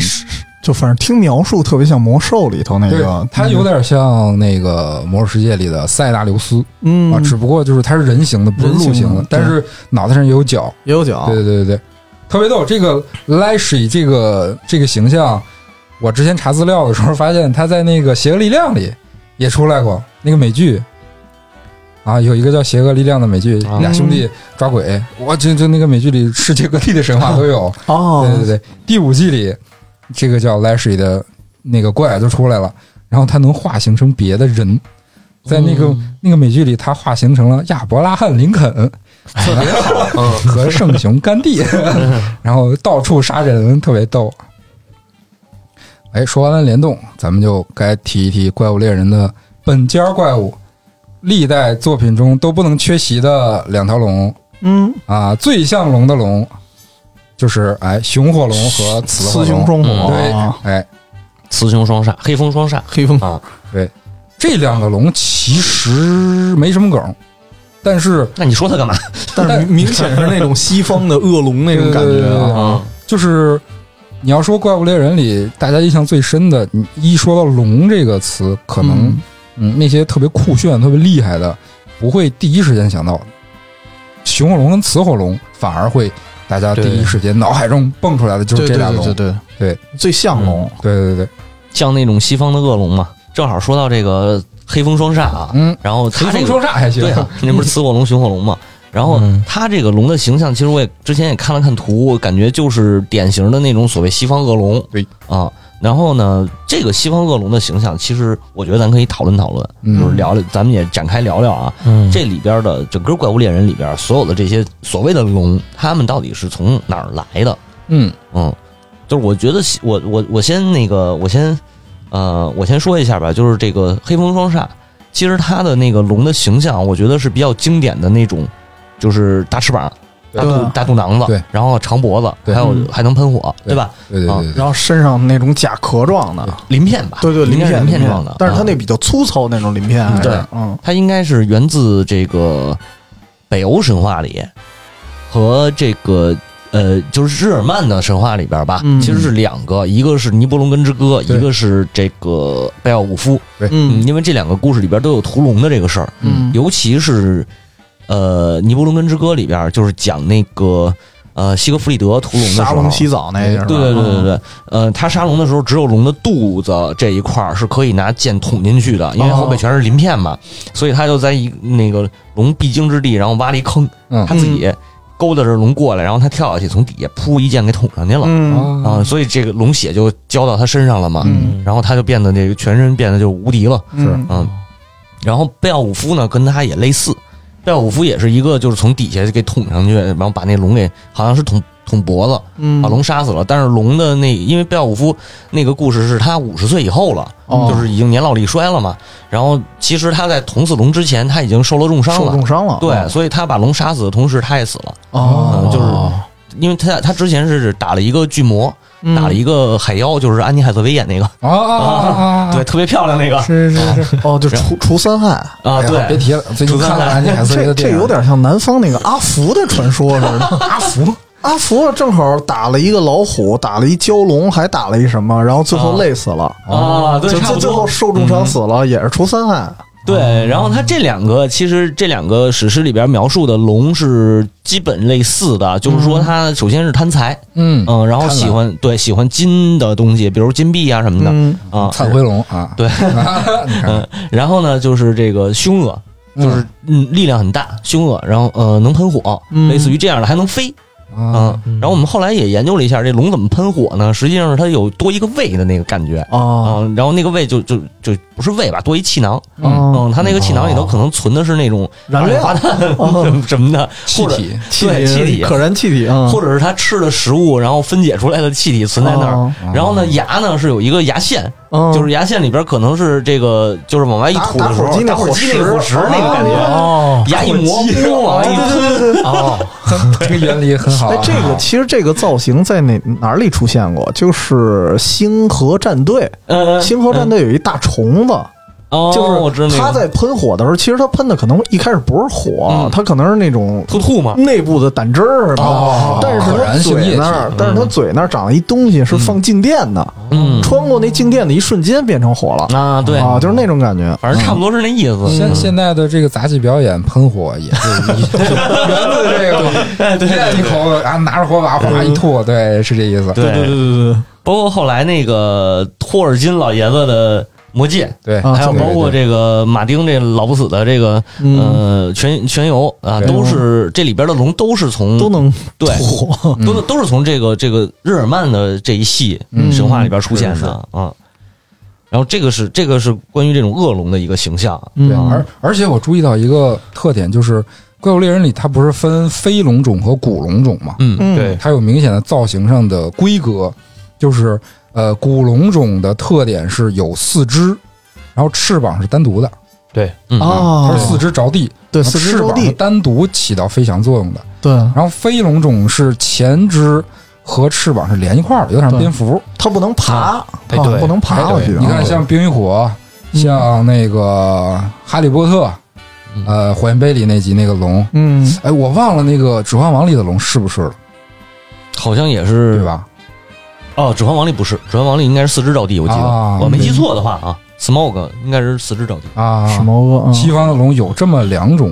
就反正听描述特别像魔兽里头那
对
个，，
他有点像那个《魔兽世界》里的塞纳留斯
嗯
啊，只不过就是他是人形的，不是
人
鹿
形
形
的
的，但是脑袋上也有角，
也有脚，
对对对对对，特别逗。这个 Lashy 这个这个形象，我之前查资料的时候发现他在那个《邪恶力量》里也出来过，那个美剧啊，有一个叫《邪恶力量》的美剧，
啊
俩兄弟抓鬼，我就就那个美剧里世界各地的神话都有。对
哦
对，对，第五季里这个叫 Lashy 的那个怪就出来了，然后他能化形成别的人。在那个、那个美剧里，他化形成了亚伯拉罕·林肯，特别好， <laughs> 嗯和圣雄甘地， <laughs> 然后到处杀人，特别逗。啊哎，说完了联动，咱们就该提一提《怪物猎人》的本家怪物，历代作品中都不能缺席的两条龙
嗯，
啊，最像龙的龙就是哎熊火龙和雌火
雌
龙，
雄双
嗯
虎
对
啊，，
哎，
雌雄双煞，黑风双煞，
黑风
啊
这两个龙其实没什么梗，但是
那你说他干嘛？
但是明明显是那种西方的恶龙那种感觉
对对对
啊，
啊，
就是你要说《怪物猎人》里大家印象最深的，你一说到“龙”这个词，可能
嗯
嗯那些特别酷炫、特别厉害的，不会第一时间想到熊火龙跟雌火龙，反而会大家第一时间脑海中蹦出来的就是
对
这俩龙。
对对
对
对，嗯最像龙，
对对对，
像那种西方的恶龙嘛。正好说到这个黑风双煞啊，
嗯，
然后他这
黑风
个
双煞还行。
对
<laughs>
啊，那不是雌火龙、雄火龙嘛？然后
嗯
它这个龙的形象，其实我也之前也看了看图，我感觉就是典型的那种所谓西方恶龙。
对
啊，然后呢，这个西方恶龙的形象，其实我觉得咱可以讨论讨论，
嗯
就是聊聊，咱们也展开聊聊啊。
嗯，
这里边的整个怪物猎人里边所有的这些所谓的龙，他们到底是从哪儿来的？
嗯
嗯，就是我觉得西我我我先那个我先呃我先说一下吧，就是这个黑风双煞，其实它的那个龙的形象，我觉得是比较经典的那种，就是大翅膀、大
对
肚
啊
大肚囊子，
对，
然后长脖子，
对
还有
嗯
还能喷火，对吧？
对对
啊
对对，
然后身上那种甲壳状的，
鳞片吧，
啊对对，
应
鳞
该是
片
鳞片
鳞
状的，
但是它
啊
那比较粗糙那种鳞片，还是
对
嗯
它应该是源自这个北欧神话里和这个呃，就是日耳曼的神话里边吧，
嗯
其实是两个，一个是尼伯龙根之歌，
对
一个是这个贝奥武夫。嗯，因为这两个故事里边都有屠龙的这个事儿，
嗯
尤其是呃《尼伯龙根之歌》里边，就是讲那个呃西格弗里
嗯
德屠龙的时
沙
候
龙。洗澡那个是吧，
对对对对
嗯，
对，呃，他杀龙的时候，只有龙的肚子这一块儿是可以拿剑捅进去的，因为
哦
后背全是鳞片嘛，所以他就在一那个龙必经之地，然后挖了一坑，
嗯
他自己勾搭着龙过来，然后他跳下去，从底下噗一剑给捅上去了，
嗯，
啊
啊，所以这个龙血就浇到他身上了嘛，
嗯
然后他就变得这个全身变得就无敌了，
嗯
嗯，然后贝奥武夫呢，跟他也类似，贝奥武夫也是一个就是从底下给捅上去，然后把那龙给好像是捅捅脖子，
嗯，
把龙杀死了。但是龙的那因为贝奥武夫那个故事是他五十岁以后了，
哦
就是已经年老力衰了嘛。然后其实他在捅死龙之前，他已经受了重伤
受
了。
重伤了，
对，所以他把龙杀死的同时，他也死了，
哦
嗯，就是因为他他之前是打了一个巨魔，
嗯
打了一个海妖，就是安妮海瑟薇演那个，
啊啊啊啊！
对，特别漂亮那个
是是是
哦，就除除三害。
啊，
哎呀别
对，
提了，最近
除三
看了
害
安妮海瑟薇
这
的电
这
影，
有点像南方那个阿福的传说似的。
<laughs>
阿福，
阿福正好打了一个老虎，打了一蛟龙，还打了一什么，然后最后累死了。嗯
啊，对，
就
差
最
不
最
多嗯
后受重伤死了，也是除三害。
对，然后它这两个其实这两个史诗里边描述的龙是基本类似的，就是说它首先是贪财，
嗯
嗯，然后
贪婪
喜欢对喜欢金的东西，比如金币啊什么的
嗯
啊，
灿辉龙啊，
对，
你看
嗯， <laughs> 然后呢就是这个凶恶，就是嗯力量很大，凶恶，然后呃能喷火，
嗯
类似于这样的还能飞
啊
啊。然后我们后来也研究了一下这龙怎么喷火呢，实际上是它有多一个胃的那个感觉
哦
啊，然后那个胃就就就不是胃吧，多一气囊。
嗯
嗯，它那个气囊里头可能存的是那种
燃料
二氧化
哦
碳 <laughs> 什么的
气
或者
体
对气体，
可燃气体啊，
或者是他吃的食物，然后分解出来的气体存在那儿。然后呢，牙呢是有一个牙线，
哦
就是牙线里边可能是这个，就是往外一吐的时
打打火
候，
机那
打火机那个
火
火
石
石那个感觉，
哦
牙一磨，咣往外一喷，哦，
这个原理很好
哎
啊，，
这个其实这个造型在哪哪里出现过？就是《星河战队》，
嗯，
《星河战队》有一大虫子，
<laughs> 哦，我
就
知道那
是它
个
在喷火的时候，其实它喷的可能一开始不是火
嗯，
它可能是那种
兔兔嘛，
内部的胆汁儿吧
哦
但是
可
它
燃性液
嘴
体
那儿，但是它嘴那儿长了一东西，是放静电的，
嗯，
穿过那静电的一瞬间变成火了
啊，对，
啊，就是那种感觉。
反正差不多是那意思。
嗯
现现在的这个杂技表演喷火也是一源自这个嘛，
哎，对
咽一口啊，拿着火把哗一吐，对，是这意思。
对对
对对，
包括后来那个托尔金老爷子的《魔戒》，
对，
啊
还有
对嗯
包括这个马丁这老不死的这个呃全全游啊，
对
都是这里边的龙都是从
都能
对
火。
都是都是从这个这个日耳曼的这一系
嗯
神话里边出现
是
的啊。然后这个是这个是关于这种恶龙的一个形象，
对，
嗯
而而且我注意到一个特点，就是《怪物猎人》里它不是分飞龙种和古龙种嘛，
嗯
嗯
对，
它有明显的造型上的规格，就是呃，古龙种的特点是有四肢，然后翅膀是单独的，
嗯
啊
它是四肢着地，
对
然后
四肢
翅
着
膀是
地，
单独起到飞翔作用的。
对
然后飞龙种是前肢和翅膀是连一块儿的，有点像
对
蝙蝠。
它不能爬，
哎
啊
对
不能爬过去。
你
啊
看，像冰与火，像那个哈利波特，
嗯
呃，火焰杯里那集那个龙，
嗯，
哎，我忘了那个《指环王》里的龙是不是了，
好像也
对
是？
吧？
哦，《指环王》里不是，《指环王》里应该是四肢着地，我记得
啊
我没记错的话啊，Smog 应该是四肢着地。
啊，
什么个
西方的龙有这么两种，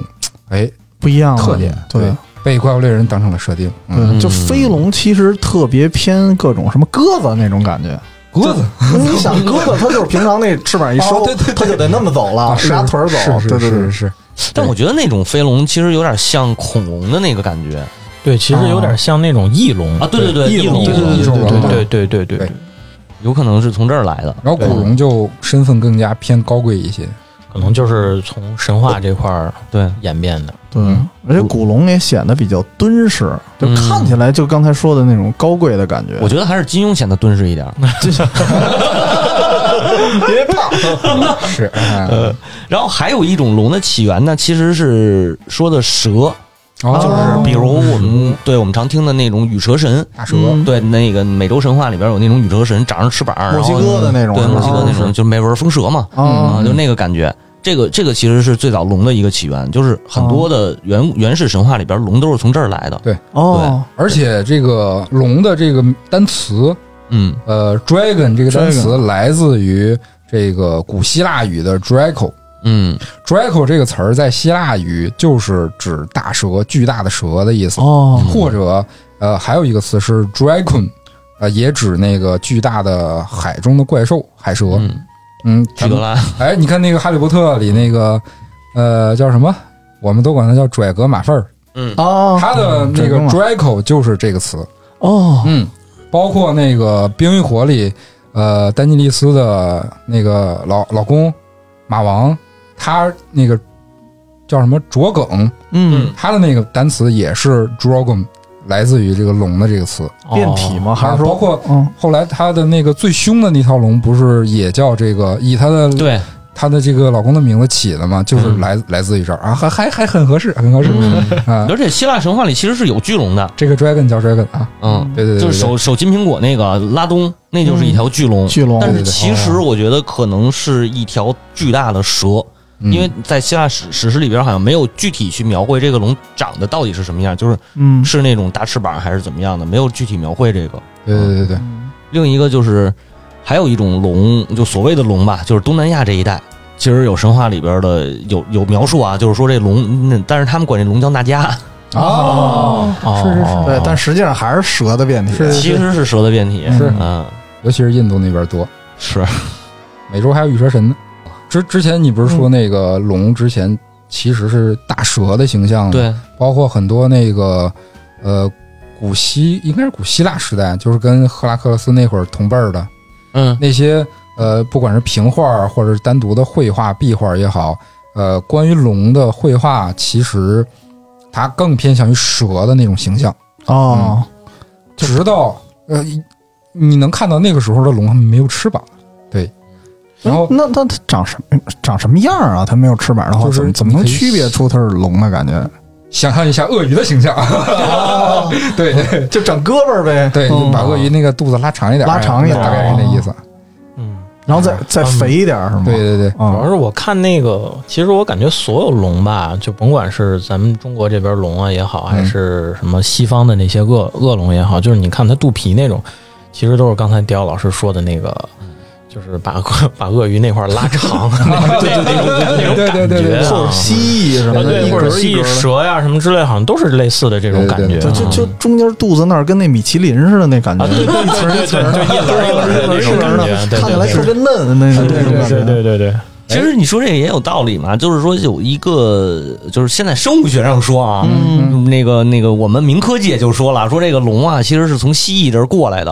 哎，
不一样的
特点
对
对。被怪物猎人当成了设定。嗯，
对，
嗯
就飞龙其实特别偏各种什么鸽子那种感觉。
鸽子
你想鸽子，它就是平常那翅膀一收
哦对对，对
它就得那么走了，
啊是
俩啊腿儿走。
是
对
是
对对
是，是，
但我觉得那种飞龙其实有点像恐龙的那个感觉
对，其实有点像那种翼龙
啊，对对对，翼龙，
翼龙
对
种龙
啊对对对对
对
对，
有可能是从这儿来的。
然后古龙就身份更加偏高贵一些。
可能就是从神话这块儿
对，
演变的。
对，
嗯
而且古龙也显得比较敦实，就
嗯
看起来就刚才说的那种高贵的感觉。
我觉得还是金庸显得敦实一点。
别怕，
是，哎
呃，然后还有一种龙的起源呢，其实是说的蛇，
哦，
比如我们对我们常听的那种羽蛇神，
大蛇，
嗯
对，那个美洲神话里边有那种羽蛇神，长着翅膀，然
墨西
后
哥的那种，
对
是吧
墨西哥那种，就是没纹风蛇嘛，
啊
啊，就那个感觉。这个这个其实是最早龙的一个起源，就是很多的原原始神话里边龙都是从这儿来的。
嗯
哦，
而且这个龙的这个单词，
嗯，
呃，dragon 这个单词来自于这个古希腊语的 draco。
嗯，
Draco 这个词儿在希腊语就是指大蛇、巨大的蛇的意思，
哦
或者呃还有一个词是 dragon，呃也指那个巨大的海中的怪兽海蛇。嗯
嗯巨
咱
德
们
拉，
哎，你看那个《哈利波特》里那个呃叫什么？我们都管它叫拽格马粪儿，
嗯
哦，
它的那个
嗯
Draco 就是这个词。
哦，
嗯，包括那个《冰与火》里，呃，丹尼利斯的那个老老公马王，他那个叫什么卓梗，
嗯，
他的那个单词也是 dragon，来自于这个龙的这个词。
变
哦
体吗？
啊
还是说
哦包括
嗯
后来他的那个最凶的那条龙，不是也叫这个以他的
嗯对，嗯
他的这个老公的名字起的嘛，就是来、来自于这儿啊，还还还很合适，很合适、啊。
而且希腊神话里其实是有巨龙的，
这个 dragon 叫 dragon 啊，
嗯，
对对对对，
就是手手金苹果那个拉东，那就是一条巨龙。
嗯巨龙？
但
对
是
对
其实我觉得可能是一条巨大的蛇，
嗯
因为在希腊史史诗里边好像没有具体去描绘这个龙长得到底是什么样，就是
嗯，
是那种大翅膀还是怎么样的，没有具体描绘这个。
对对对对，
另一个就是还有一种龙，就所谓的龙吧，就是东南亚这一带。其实有神话里边的有有描述啊，就是说这龙，那但是他们管这龙叫娜迦，
哦，
哦，
是是是
对，但
是
实际上还是蛇的变体。
是
其实是蛇的变体。
是
嗯，
尤其是印度那边多，
是
美洲还有羽蛇神呢。之之前你不是说那个龙之前其实是大蛇的形象吗？，
对，
包括很多那个呃古希应该是古希腊时代，就是跟赫拉克勒斯那会儿同辈儿的
嗯
那些呃，不管是平画儿或者是单独的绘画、壁画儿也好，呃，关于龙的绘画，其实它更偏向于蛇的那种形象。
哦，
直到呃，你能看到那个时候的龙它没有翅膀，对，然后
那那它长什么长什么样啊？它没有翅膀的话，
就是
怎么怎么
你
能
可以
区别出它是龙的感觉？
想象一下鳄鱼
<laughs>
的形象，对对
就长胳膊呗
对，就把鳄鱼那个肚子拉长一点，
哦拉长一点哦
大概是那意思。
嗯，
然后再再肥一点是吗？
对对对，
啊，
主要是我看那个，其实我感觉所有龙吧，就甭管是咱们中国这边龙啊也好，还是什么西方的那些恶恶龙也好，就是你看它肚皮那种，其实都是刚才刁老师说的那个，就是把把鳄鱼那块拉长，对对对
对对对对对
或者蜥蜴什
啊，
么的，
对，
一
或者
格一
蜥
格
蜴、
的
蛇呀、什么之类，好像都是类似的这种
对对
感觉，
就就就中间肚子那儿跟那米其林似的那感觉，
啊，对对对
一层一
对对，
层的，
就一轮一轮的那种感觉，对
看起来特
对
别嫩的那种那种感
对
觉。
对对对，
哎
其实你说这个也有道理嘛，就是说有一个，就是现在生物学上说啊，
嗯
那个那个我们民科界就说了，说这个龙啊其实是从蜥蜴这儿过来的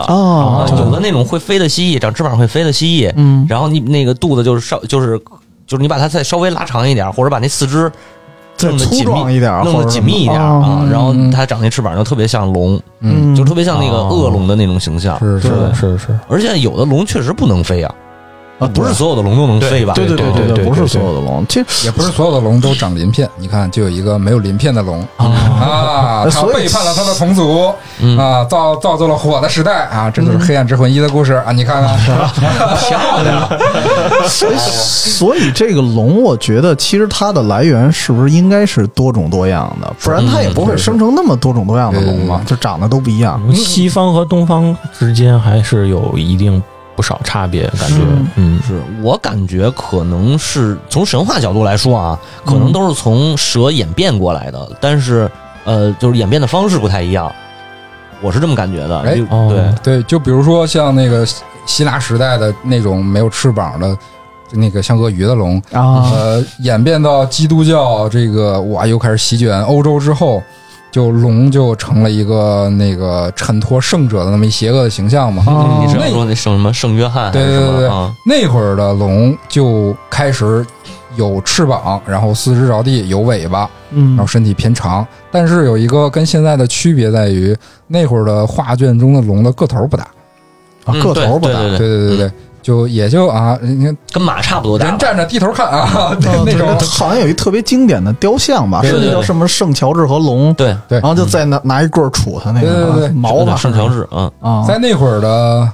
啊
哦
有的那种会飞的蜥蜴，长翅膀会飞的蜥蜴，
嗯
然后你那个肚子就是稍就是就是你把它再稍微拉长一点，或者把那四肢
再
弄得
粗
紧
壮
密
一点儿，
弄
或
得
者
紧密一点
什么
啊，然后它长那翅膀就特别像龙，
嗯，
就特别像那个恶龙的那种形象。
是是
对是是，
而且有的龙确实不能飞啊，
啊，
不是所有的龙都能飞吧？
对对对
对对
对，
对
不是
对
所有的龙，这
也不是所有的龙都长
<laughs>
鳞片，你看就有一个没有鳞片的龙啊，他
所以嗯
背叛了他的同族啊，造造就了火的时代啊，这就是《黑暗之魂一》的故事啊，你
<laughs>
看看，
漂亮，
所以所以这个龙，我觉得其实它的来源是不是应该是多种多样的，不然它
嗯
也不会生成那么多种多样的龙嘛，就长得都不一样。
啊西方和东方之间还是有一定不少差别，感觉
嗯，
嗯，
是我感觉可能是从神话角度来说啊，可能都是从蛇演变过来的，但是呃，就是演变的方式不太一样，我是这么感觉的。
哎
就
哦
对，
对，就比如说像那个希腊时代的那种没有翅膀的，那个像鳄鱼的龙，
啊
呃，演变到基督教这个哇，又开始席卷欧洲之后，就龙就成了一个那个衬托圣者的那么一邪恶的形象嘛。
哦
你是要说那圣什么圣约翰还
对
是
对
什
对对
么啊？
那会儿的龙就开始有翅膀，然后四肢着地，有尾巴，
嗯
然后身体偏长。但是有一个跟现在的区别在于，那会儿的画卷中的龙的个头不大。
啊
嗯
个头不大，
对
对对对对，就也就啊，人家
跟马差不多大
人
吧。
站着低头看啊，
啊
那
<laughs>
对
种
好像有一特别经典的雕像吧，
对
是
对
那
对
叫什么圣乔治和龙，
对，
对
然后就再拿拿一棍儿杵他那个啊
对对对
毛吧，
圣乔治，嗯，
啊，
在那会儿的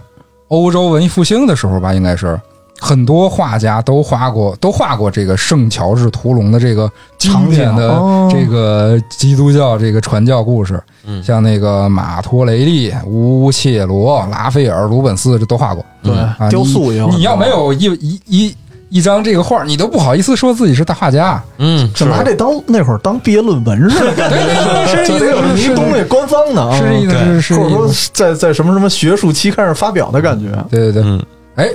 欧洲文艺复兴的时候吧，应该是很多画家都画过，都画过这个圣乔治屠龙的这个经典的
场景哦
这个基督教这个传教故事，
嗯
像那个马托雷利、乌切罗、拉斐尔、鲁本斯，这都画过。
对
啊，
雕塑
你
也有很多，
你要没有一一一一张这个画，你都不好意思说自己是大画 <laughs> 家。
嗯，
怎么还得当那会儿当毕业论文似的？感觉
<laughs>
就得有一东西官方的啊，
是这意思
对
是
或者
这
说
意
在在什么什么学术期刊上发表的感觉。
对对对，
嗯
哎，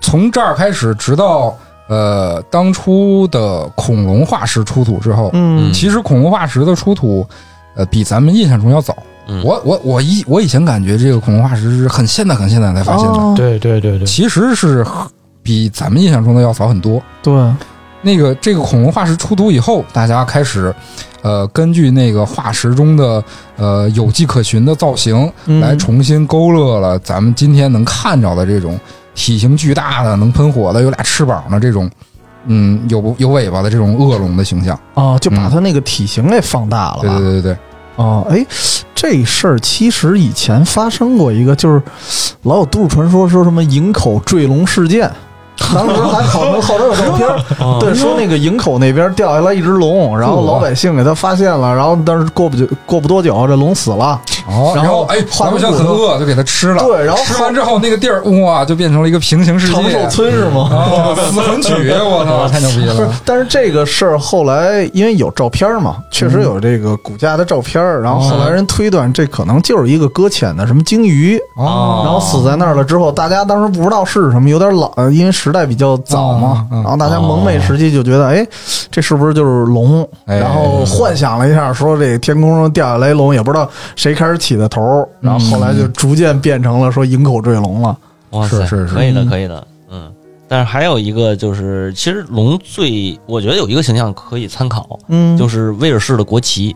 从这儿开始，直到呃当初的恐龙化石出土之后，
嗯
其实恐龙化石的出土，呃，比咱们印象中要早。
嗯
我我我以我以前感觉这个恐龙化石是很现代很现代才发现的，
哦
对对对对，
其实是比咱们印象中的要早很多。
对，
那个这个恐龙化石出土以后，大家开始，呃，根据那个化石中的呃有迹可循的造型，
嗯
来重新勾勒了咱们今天能看着的这种体型巨大的、能喷火的、有俩翅膀的这种，嗯，有有尾巴的这种恶龙的形象。
哦，就把它那个体型给放大了
嗯对
吧。
对对对，
哦，哎，这事儿其实以前发生过一个，就是老有都市传说说什么营口坠龙事件，当时还好多好多有照片儿，对，说那个营口那边掉下来一只龙，然后老百姓给他发现了，然后但是过不久过不多久这龙死了，
哦，
然
然
后
后哎，
化
老百
成骨
姓很
头
饿，就给它吃了。
对然后
吃
化
完之后那个地儿哇，就变成了一个平行世界。
长寿村是吗？
啊，死魂 <laughs> 曲，我操，太牛逼
不是
了！，
但是这个事儿后来因为有照片儿嘛，确实有这个骨架的照片儿，然后后来人推断这可能就是一个搁浅的什么鲸鱼，
哦，
然后死在那儿了之后，大家当时不知道是什么，有点老，呃因为时代比较早嘛
啊，嗯
然后大家蒙昧时期就觉得，哎，这是不是就是龙？
哎
然后幻想了一下，说这天空中掉下来龙，也不知道谁开始起的头，然后后来就逐渐变成了说营口坠龙了。
哇塞，
是是是
可以的，可以的，嗯，但是还有一个就是，其实龙最我觉得有一个形象可以参考，
嗯
就是是威尔士的国旗，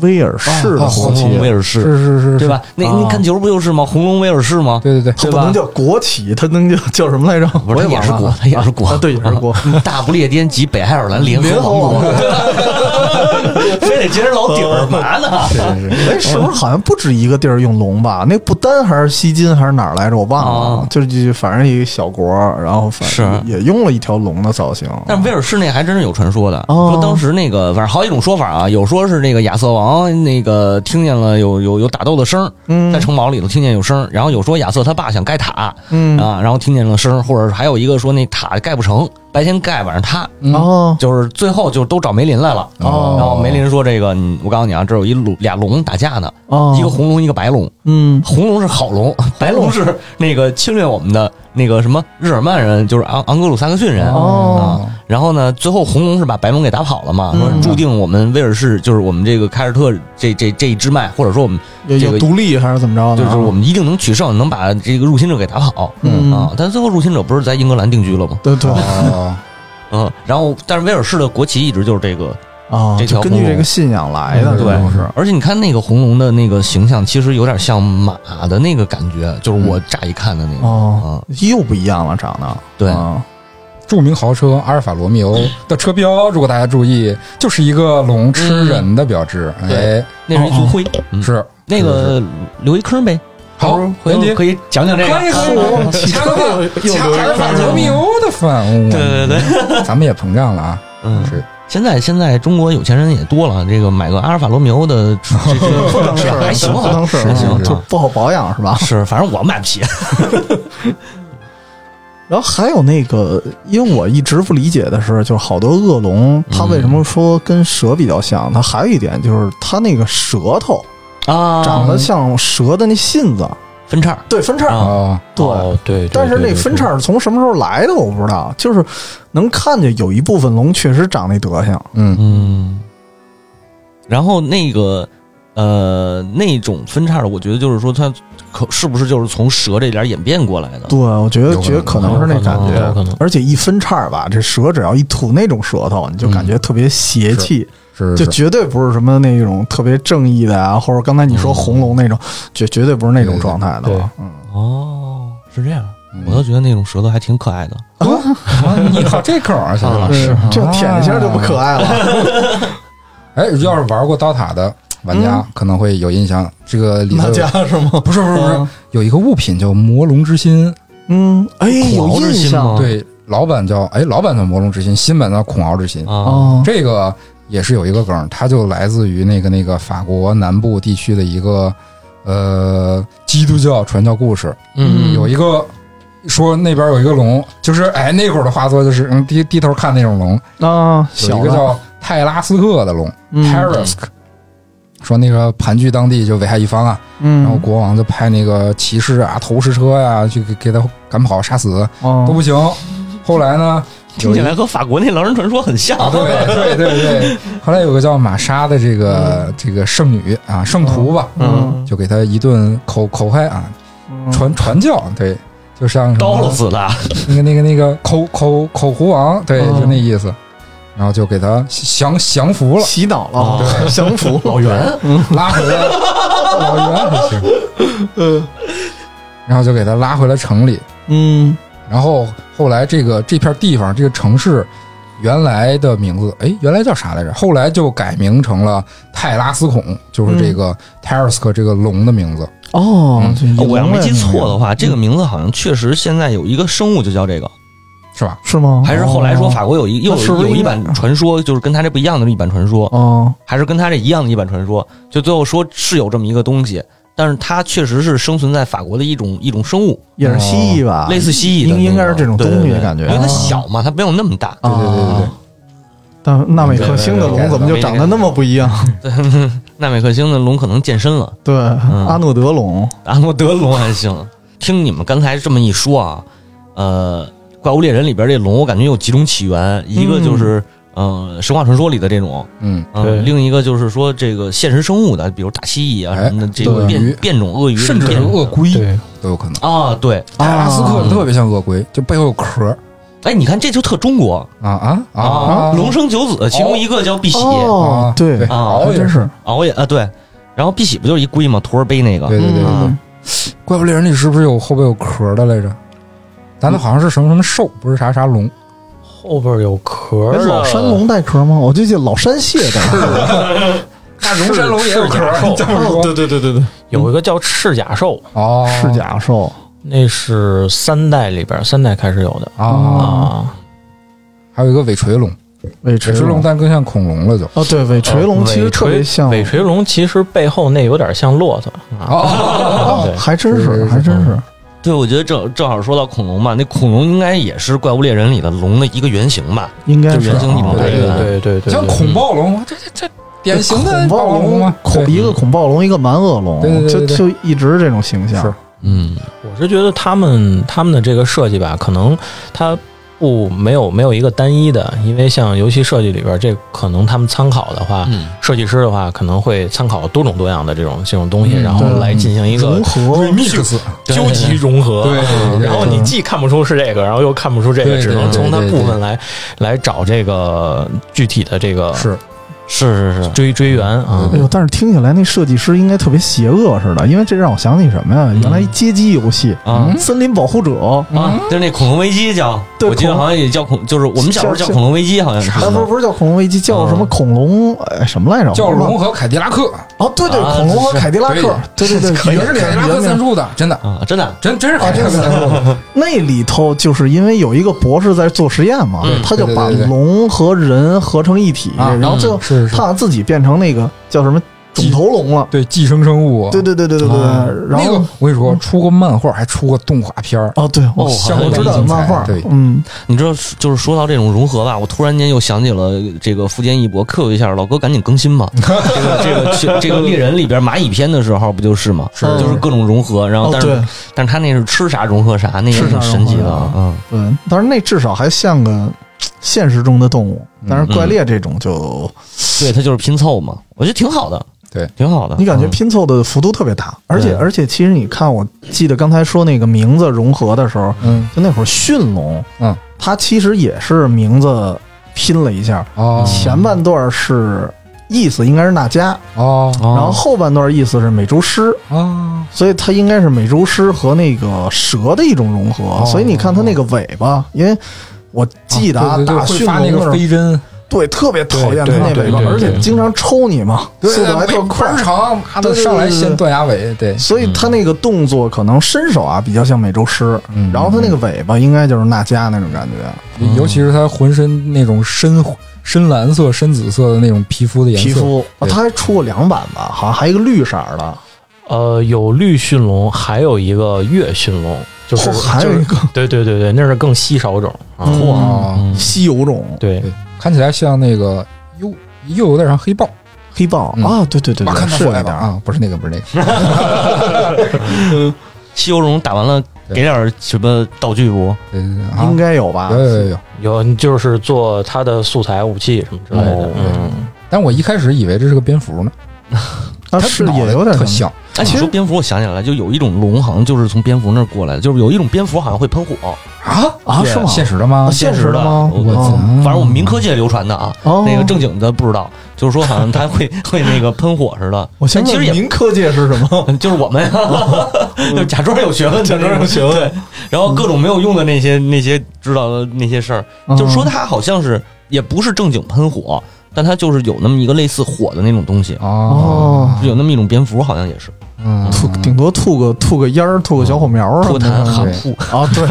威尔士的国
啊
红
旗
龙，威尔
是
士，
是是，
对？吧？那
啊
你看球不就是吗？红龙威尔士吗？
对对对，
它
对
不
吧
能叫国旗，它能叫叫什么来着？
不是，
我
它也
忘
是
了
国，它也是国嗯
啊，，对，也是国。
<laughs> 大不列颠及北爱尔兰联合
联合
王
王
国， <laughs> 非得接着老底儿
<laughs>
嘛呢？
是是是，
哎，是不是好像不止一个地儿用龙吧？那不丹还是西金还是哪儿来着？我忘
啊
了。就就反正一个小国，然后反
是
也用了一条龙的造型。
但是威尔士那还真是有传说的，
哦
说当时那个反正好几种说法啊，有说是那个亚瑟王那个听见了有有有打斗的声儿，
嗯
在城堡里头听见有声儿，然后有说亚瑟他爸想盖塔啊，
嗯
然后听见了声儿，或者还有一个说那塔盖不成，白天盖晚上塌，
哦
就是最后就都找梅林来了。
哦
然后梅林说：“这个，你我告诉你啊，这有一龙俩龙打架呢，
哦，
一个红龙，一个白龙。
嗯
红龙是好龙，白龙是那个侵略我们的那个什么日耳曼人，就是昂昂格鲁萨克逊人。
哦
啊，然后呢，最后红龙是把白龙给打跑了嘛，
嗯
说注定我们威尔士就是我们这个凯尔特这这这一支脉，或者说我们
有
这个
有独立还是怎么着
就
呢？
是我们一定能取胜，能把这个入侵者给打跑。
嗯
啊，但最后入侵者不是在英格兰定居了吗？
对对
哦，
嗯，然后但是威尔士的国旗一直就是这个
啊，
这条
就根
红
据
龙
这个信仰来的，
嗯
这
对
都是
而且你看那个红龙的那个形象，其实有点像马的那个感觉，就是我乍一看的那个。啊
哦，又不一样了，长得
嗯对
啊
著名豪车阿尔法罗密欧的车标，如果大家注意，就是一个龙吃人的标志，
对
哎，
那是一族徽，嗯
是
那个留一坑呗。
好，
回
文
头
杰。
可以讲讲这个。啊
可以可以，掐了吧掐阿尔法罗密欧的反乌，
对对对，
<laughs> 咱们也膨胀了啊，
嗯，
是
现在现在中国有钱人也多了，啊这个买个阿尔法罗密欧
<laughs>
的，这
不
这
当事
这
儿，
还行
不
啊，
当事儿，
是是是
就不好保养是吧？
是，反正我买不起。
然后还有那个，因为我一直不理解的是，就是好多恶龙，它为什么说跟蛇比较像？它还有一点就是它那个舌头
<laughs> 啊
哦
长得像蛇的那信子，
分叉
对，分叉，
啊
哦，
对。
哦对，对
但是
对
那
对
分
对
叉是从什么时候来的我不知道，就是能看见有一部分龙确实长那德行，
嗯，
嗯，然后那个呃，那种分叉的，我觉得就是说它可是不是就是从蛇这点演变过来的？
对，我觉得
有可能
觉得可能是那感
哦有可能有可能
觉，而且一分叉吧，这蛇只要一吐那种舌头，你就
嗯
感觉特别邪气，
是
就是绝对不是什么那种特别正义的啊，或者刚才你说红龙那种，绝绝对不是那种状态的
对对
了。嗯，
哦，是这样，我倒觉得那种舌头还挺可爱的。
啊你靠这口儿去了，
对
啊
就舔一下就不可爱了。
哎，要是玩过刀塔的玩家可能会有印象，这个里头
那
有
家是吗？
不是不是不是
嗯，
有一个物品叫魔龙之心，
嗯，哎，有
狂之
印
心吗
象啊
对，老版叫哎，老版叫魔龙之心，新版叫恐敖之心。
啊，
哦，
这个也是有一个梗，它就来自于那个那个法国南部地区的一个呃基督教传教故事，
嗯
有一个。说那边有一个龙，就是哎，那会儿的话说就是嗯，低低头看那种龙，
啊，
有
小
一个
的
叫泰拉斯克的龙、
嗯
t e r a s k 说那个盘踞当地就危害一方啊，然后
嗯，
国王就派那个骑士啊、投石车呀、去给给他赶跑、杀死都
哦，
不行。后来呢，
听起
有一
来和法国那狼人传说很像。<laughs>
啊，对对对对。后来有个叫玛莎的这个、这个圣女啊，圣徒吧，
嗯
就给他一顿口口嗨啊，
嗯
传传教，对，就像什
叨了
么
死的，
那个那个那个口口口胡王，对，
嗯
就那意思。然后就给他降降服了，
洗脑了，降服老袁，
拉回哦来老袁还行，
嗯
然后就给他拉回了城里。
嗯，
然后后来这个这片地方这个城市原来的名字，哎，原来叫啥来着？后来就改名成了泰拉斯孔，就是这个 Tarask 这个龙的名字。
嗯哦
嗯，
这
我要没记错的
话
话，这个名字好像确实现在有一个生物就叫这个，
是吧？
是吗？
还是后来说法国有一又
哦那是不
有
是
有一
应该
版传说，就是跟他这不一样的一版传说，
哦，
还是跟他这一样的一版传说，就最后说是有这么一个东西，但是它确实是生存在法国的一种一种生物，
也是蜥蜴吧，
哦类似蜥蜴的那
啊应
个，
应该是这种
对
东西
对对
感觉啊
因为它小嘛，它没有那么大。
对对对对对，
但纳美克星的龙怎么就长得那么不一样？
纳美克星的龙可能健身了，
对，阿诺德龙，
阿诺德龙还行。听你们刚才这么一说啊，呃，怪物猎人里边这龙，我感觉有几种起源，一个就是嗯、神话传说里的这种，
嗯，
嗯、
对
另一个就是说这个现实生物的，比如大蜥蜴啊
哎
什么的，这个
鳄鱼
变变种鳄鱼，
甚至是
变种
鳄龟
对，
都有可能。
啊，对，
艾拉斯克特别像鳄龟，就背后有壳儿
哎，你看这就特中国
啊啊啊
啊，龙生九子，其中一个叫碧玺，
哦
啊，
对，
对，
还
啊
獒也
真
是，
是
熬夜啊，对，然后碧玺不就是一龟嘛，徒儿背那个，
对对对对对。
嗯
怪物猎人里是不是有后背有壳的来着？
嗯
咱的好像是什么什么兽，不是啥啥龙。
后边有壳
哎
儿啊，
老山龙带壳吗？我就记得老山蟹带壳。
那龙山龙也有壳，你这么说？
对对对对对，
有一个叫赤甲兽，
哦，
是甲兽，
那是三代里边三代开始有的
嗯
啊，
啊，
还有一个尾垂龙，
尾
尾
垂
垂龙但更像恐龙了就。
哦，对，尾垂龙其实
尾
特别
垂
像
尾垂龙，其实背后那有点像骆驼啊，
哦，
哦
对，
还真
是
是，
是
还真是。
对，我觉得正正好说到恐龙嘛，那恐龙应该也是怪物猎人里的龙的一个原型吧？
应该
就是原型一模
对
一
对
样。
对对对，
像
对
恐暴龙，这这这典型的
恐暴
龙
龙
嘛，，
恐一个恐暴龙，一个蛮恶龙
对对，对
就
对对
就一直这种形象
是。
嗯，
我是觉得他们他们的这个设计吧，可能它不没有没有一个单一的，因为像游戏设计里边，这可能他们参考的话，
嗯
设计师的话可能会参考多种多样的这种这种东西，
嗯
然后来进行一个
融合
remix，
究极融合。
对
嗯
对对
<laughs> 然后你既看不出是这个，然后又看不出这个，
对对
只能从它
对对
部分来来找这个具体的这个
是
是是是，
追追源啊
哎。呦，但是听起来那设计师应该特别邪恶似的，因为这让我想起什么呀？原来一街机游戏
啊
《森林保护者》，
啊，就是那恐龙危机叫，
嗯对
我记得
恐龙
好像也叫恐，就是我们小时候叫恐龙危机，好像是。
哎，不是不是叫恐龙危机，叫什么恐龙？哎，什么来着？
叫
我忘了
龙和凯迪拉克，
哦，对对，
啊
恐龙和
是
凯迪拉克，对对对，
<laughs>
<laughs>
也是凯迪拉克
原
赞
名
助的，真的，
啊，真的，
真真是凯迪拉克赞助的。
那里头就是因为有一个博士在做实验嘛，
嗯
他就把
对对对对
龙和人合成一体，
啊
然后
嗯
最后
是
他好像自己变成那个叫什么肿头龙了。
对寄生生物，
对对对对对对，
啊
对然
那个
后
我跟你说，出过漫画，还出过动画片儿。
哦，对，
哦
我
好
想
像
我知道有
有
漫画
印象对，
嗯，
你知道，就是说到这种融合吧，我突然间又想起了这个福建一博，Q 一下老哥，赶紧更新
<laughs>
吧。这个这个这这个猎人里边蚂蚁篇的时候不就是吗？
是
就是各种融合，然后
哦
但是、
对
但是他那是吃啥融合啥，那也
吃啥
挺神奇
融
的
合啥
啊。嗯
对，但是那至少还像个现实中的动物，但是怪猎这种就
对，它就是拼凑嘛，我觉得挺好的，
对，
挺好的。
你感觉
嗯
拼凑的幅度特别大，而且
对
而且其实你看，我记得刚才说那个名字融合的时候，
嗯，
就那会儿驯龙，
嗯，
它其实也是名字拼了一下，
哦
前半段是意思应该是那迦，
哦
哦
然后后半段意思是美洲狮，
哦，
所以它应该是美洲狮和那个蛇的一种融合，
哦
所以你看它那个尾巴，因为我记得
啊对对对
打
会
驯
发那
龙的时
个
候，
飞针，
对，特别讨厌它
对
那
对
尾巴，
对对
而且
对
经常抽你嘛，
对
速度还
对
特
对
快
倍儿。长，妈
对
的
对
上来
对
先
对
断牙尾，对，
所以它那个动作可能伸手啊比较像美洲狮，
嗯
然后它那个尾巴应该就是那迦那种感觉，
尤其是它浑身那种深深蓝色、深紫色的那种皮肤的颜色，
皮肤，啊
对
它还出过两版吧，好像还有一个绿色儿的，
呃，有绿驯龙，还有一个月驯龙，就是
哦还有一个
就是对对对对，那是更稀少种啊。
嗯
啊，
嗯
稀有种
对，
看起来像那个又又有点像黑豹，
黑豹
嗯
啊，对对对
哇，
对，
看
是
出
有
来
点
吧
儿，
啊，不是那个，不是那个，
西游龙打完了，
对
给点儿什么道具不？
对对对
应
啊，
该有吧
有？有有有，
有就是做它的素材、武器什么之类的
哦。
嗯，
但我一开始以为这是个蝙蝠呢，
啊，
它
是
脑
也
袋
有点什
特
么
像，
哎，你
其
说
实
蝙蝠，我想起来了，就有一种龙，好像就是从蝙蝠那儿过来的，就是有一种蝙蝠好像会喷火，
啊
啊，是吗？
现实的吗
啊？现实
实
的吗
我
哦
反正我们民科界流传的啊，
哦
那个正经的不知道，就是说好像它会 <laughs> 会那个喷火似的。哎
我
哎
先
但其实也
问您科界是什么？
<laughs> 就是我们
<laughs>
就假装有学问，假
装有学问。
对，然后各种没有用的那些那些知道的那些事儿，
嗯
就说它好像是也不是正经喷火，但它就是有那么一个类似火的那种东西，
哦，
哦，
有那么一种蝙蝠，好像也是
嗯，
吐顶多吐个吐个烟儿，吐个小火苗儿什
脱
么的
痰
哈
含
对
吐。
<laughs> 啊，
<laughs>
对，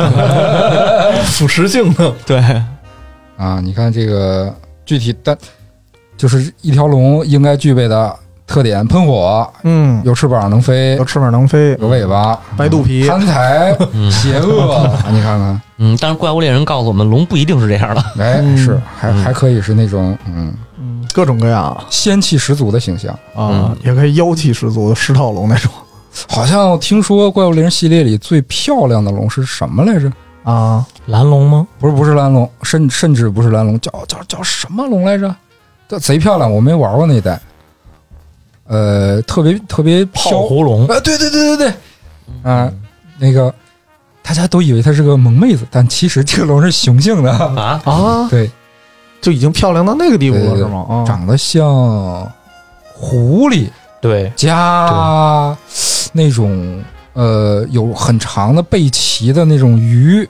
腐蚀性的，
对，
啊，你看这个具体单，就是一条龙应该具备的特点：喷火，
嗯，
有翅膀能飞
有，翅膀能飞，
有尾巴，
嗯白肚皮，
贪财，
嗯
邪恶。啊你看看，
嗯，但是怪物猎人告诉我们，龙不一定是这样的。
哎，
嗯
是还还可以是那种嗯嗯
嗯，各种各样
仙气十足的形象。
啊，也可以妖气十足的石套龙那种。
好像听说怪物猎人系列里最漂亮的龙是什么来着？
啊，
蓝龙吗？
不是不是蓝龙，甚甚至不是蓝龙，叫叫叫什么龙来着？这贼漂亮，我没玩过那一代。呃，特别特别
泡
飘，
芙龙，嗯
啊，对对对对对，啊、那个大家都以为她是个萌妹子，但其实这个龙是雄性的，
<laughs>
啊，
啊，
对，
就已经漂亮到那个地步了，
对对
是吗？啊，
长得像狐狸
对，
加那种呃有很长的背鳍的那种鱼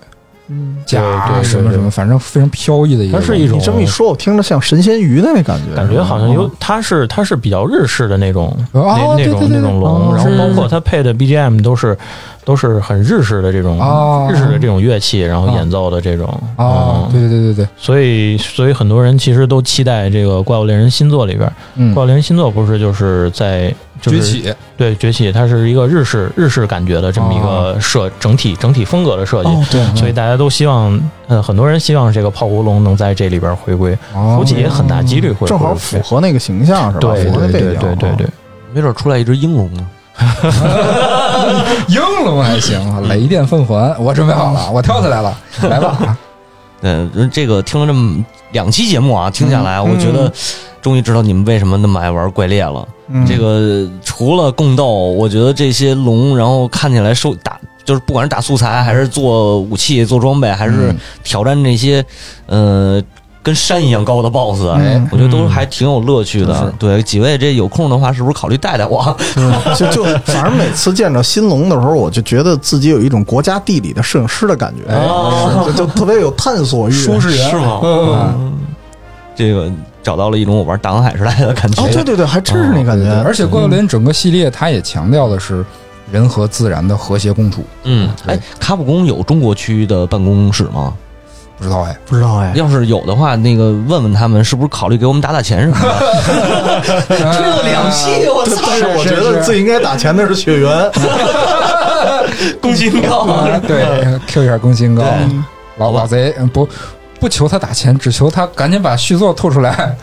嗯，
对
加
对对
什么
对
什么，反正非常飘逸的一个龙，
它是一种
你这么一说，我听着像神仙鱼的那感觉，
感觉好像有
啊，
它是它是比较日式的那种
嗯哦
那那
对对
种
对
那
哦
种龙，然后
是
包
是
括它配的 BGM 都是都是很日式的这种
哦
日式的这种乐器，然后
哦
演奏的这种
啊，
嗯
对对对对对，
所以所以很多人其实都期待这个《怪物猎人》新作里边，
嗯
《怪物猎人》新作不是就是在就是
起，
对崛起，它是一个日式日式感觉的这么一个设整体整体风格的设计。
哦对，
所以大家都希望，呃，很多人希望这个泡芙龙能在这里边回归，
哦
估计也很大几率会
正好
回归
符合那个形象是吧？
对
符合那背
对对
景，
对对对，
没准出来一只英龙呢。
英龙还行
<laughs>
啊，雷电凤凰，我准备好
嗯
了，我跳起来了，来吧，啊
嗯，这个听了这么两期节目啊，听下来，
嗯
我觉得终于知道你们为什么那么爱玩怪猎了。
嗯
这个除了共斗，我觉得这些龙，然后看起来收打，就是不管是打素材，还是做武器、做装备，还是
嗯
挑战这些，呃，跟山一样高的 BOSS，、啊
嗯
我觉得都还挺有乐趣的。对，几位这有空的话，是不是考虑带带我？
<laughs> 就就反正每次见着新龙的时候，我就觉得自己有一种国家地理的摄影师的感觉，
哦
是就就特别有探索欲。
舒适园
是吗？
嗯
啊
这个找到了一种我玩大航海时代的感觉。
哦，对对对，还真是那感觉。嗯
而且《怪物猎人》整个系列，它也强调的是人和自然的和谐共处。
嗯，哎，卡普空有中国区的办公室吗？
不知道
<laughs>
哎，
不知道哎，
要是有的话，那个问问他们是不是考虑给我们打打钱什么的。吹了两
啊哎
期，我
但
操！
但是我
是
觉得
是
最应该打钱的是雪原。
<laughs> 攻心高
啊
<laughs>
对，Q 一下更新高，老
好吧
老贼嗯不不求他打钱，只求他赶紧把续作吐出来。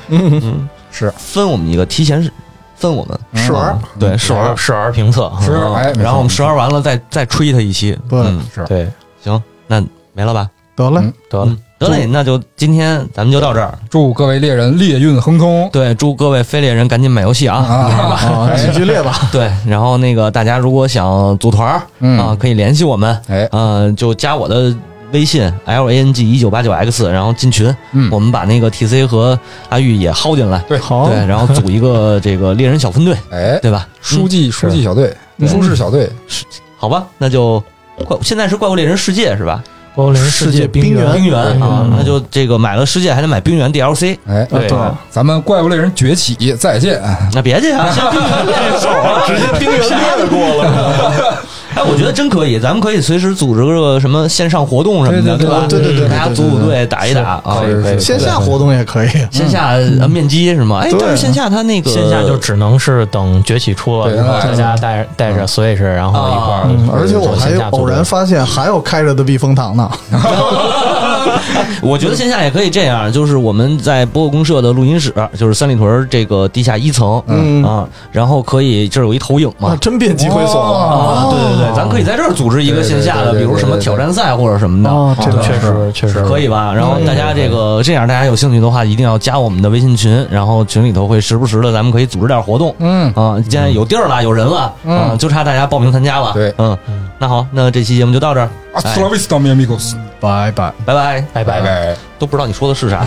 分我们一个，提前分我们
<laughs>
嗯
试玩
嗯
啊对试玩，
试玩评测，
是
嗯
哎，没错
然后我们试玩完了再再吹他一期。
对
嗯，
对，
行，那没了吧？
得嘞
嗯，
得了
嗯，得嘞，那就今天咱们就到这儿。
祝各位猎人猎运亨通
对，祝各位飞猎人赶紧买游戏啊！
啊！
哎
啊，喜剧
<laughs>
列吧，
对，然后那个大家如果想组团儿、啊，
嗯，
可以联系我们，
哎，
嗯、就加我的微信 l a n g 一九八九 x，然后进群，
嗯
我们把那个 T C 和阿玉也薅进来，
对
好
对，然后组一个这个猎人小分队，
哎，
对吧？
书记书记小队，
对
舒适小队，
好吧，那就怪现在是怪物猎人世界是吧？
《幽灵
世
世
界
界冰
冰原
冰原啊
嗯，
那就这个买了世界还得买冰原 D L C，
哎，
对
对
咱们怪物猎人崛起，再见。
那别介啊，先冰原练手啊，直接冰原略过了。哎，我觉得真可以，咱们可以随时组织个什么线上活动什么的，
对对对
吧？
对对对对
大家组组队打一打啊，
是是
线下活动也可以。
线下呃面基是吗？哎，
对
但是线下他那个
线下就只能是等崛起出了
对
以后，
对
大家带带着 Switch，然后一块儿
嗯，
嗯。
而且我还
线下做
偶然发现还有开着的避风塘呢。
我觉得线下也可以这样，就是我们在播客公社的录音室，就是三里屯这个地下一层，
嗯
啊，然后可以这儿有一投影
啊，
嘛。
真变机会所了
啊，对对对，咱可以在这儿组织一个线下的，
对对对对
比如什么挑战赛或者什么的，
哦这个
确实确实
可以吧？然后大家这个这样，大家有兴趣的话，一定要加我们的微信群，然后群里头会时不时的，咱们可以组织点活动。
嗯，
啊，现在有地儿了，有人了，啊，就差大家报名参加了。
对
嗯，那好，那这期节目就到这儿，
啊
哎
Hasta la vista, mi amigos.
拜拜。
拜拜。
拜拜。
拜。
都不知道你说的是啥。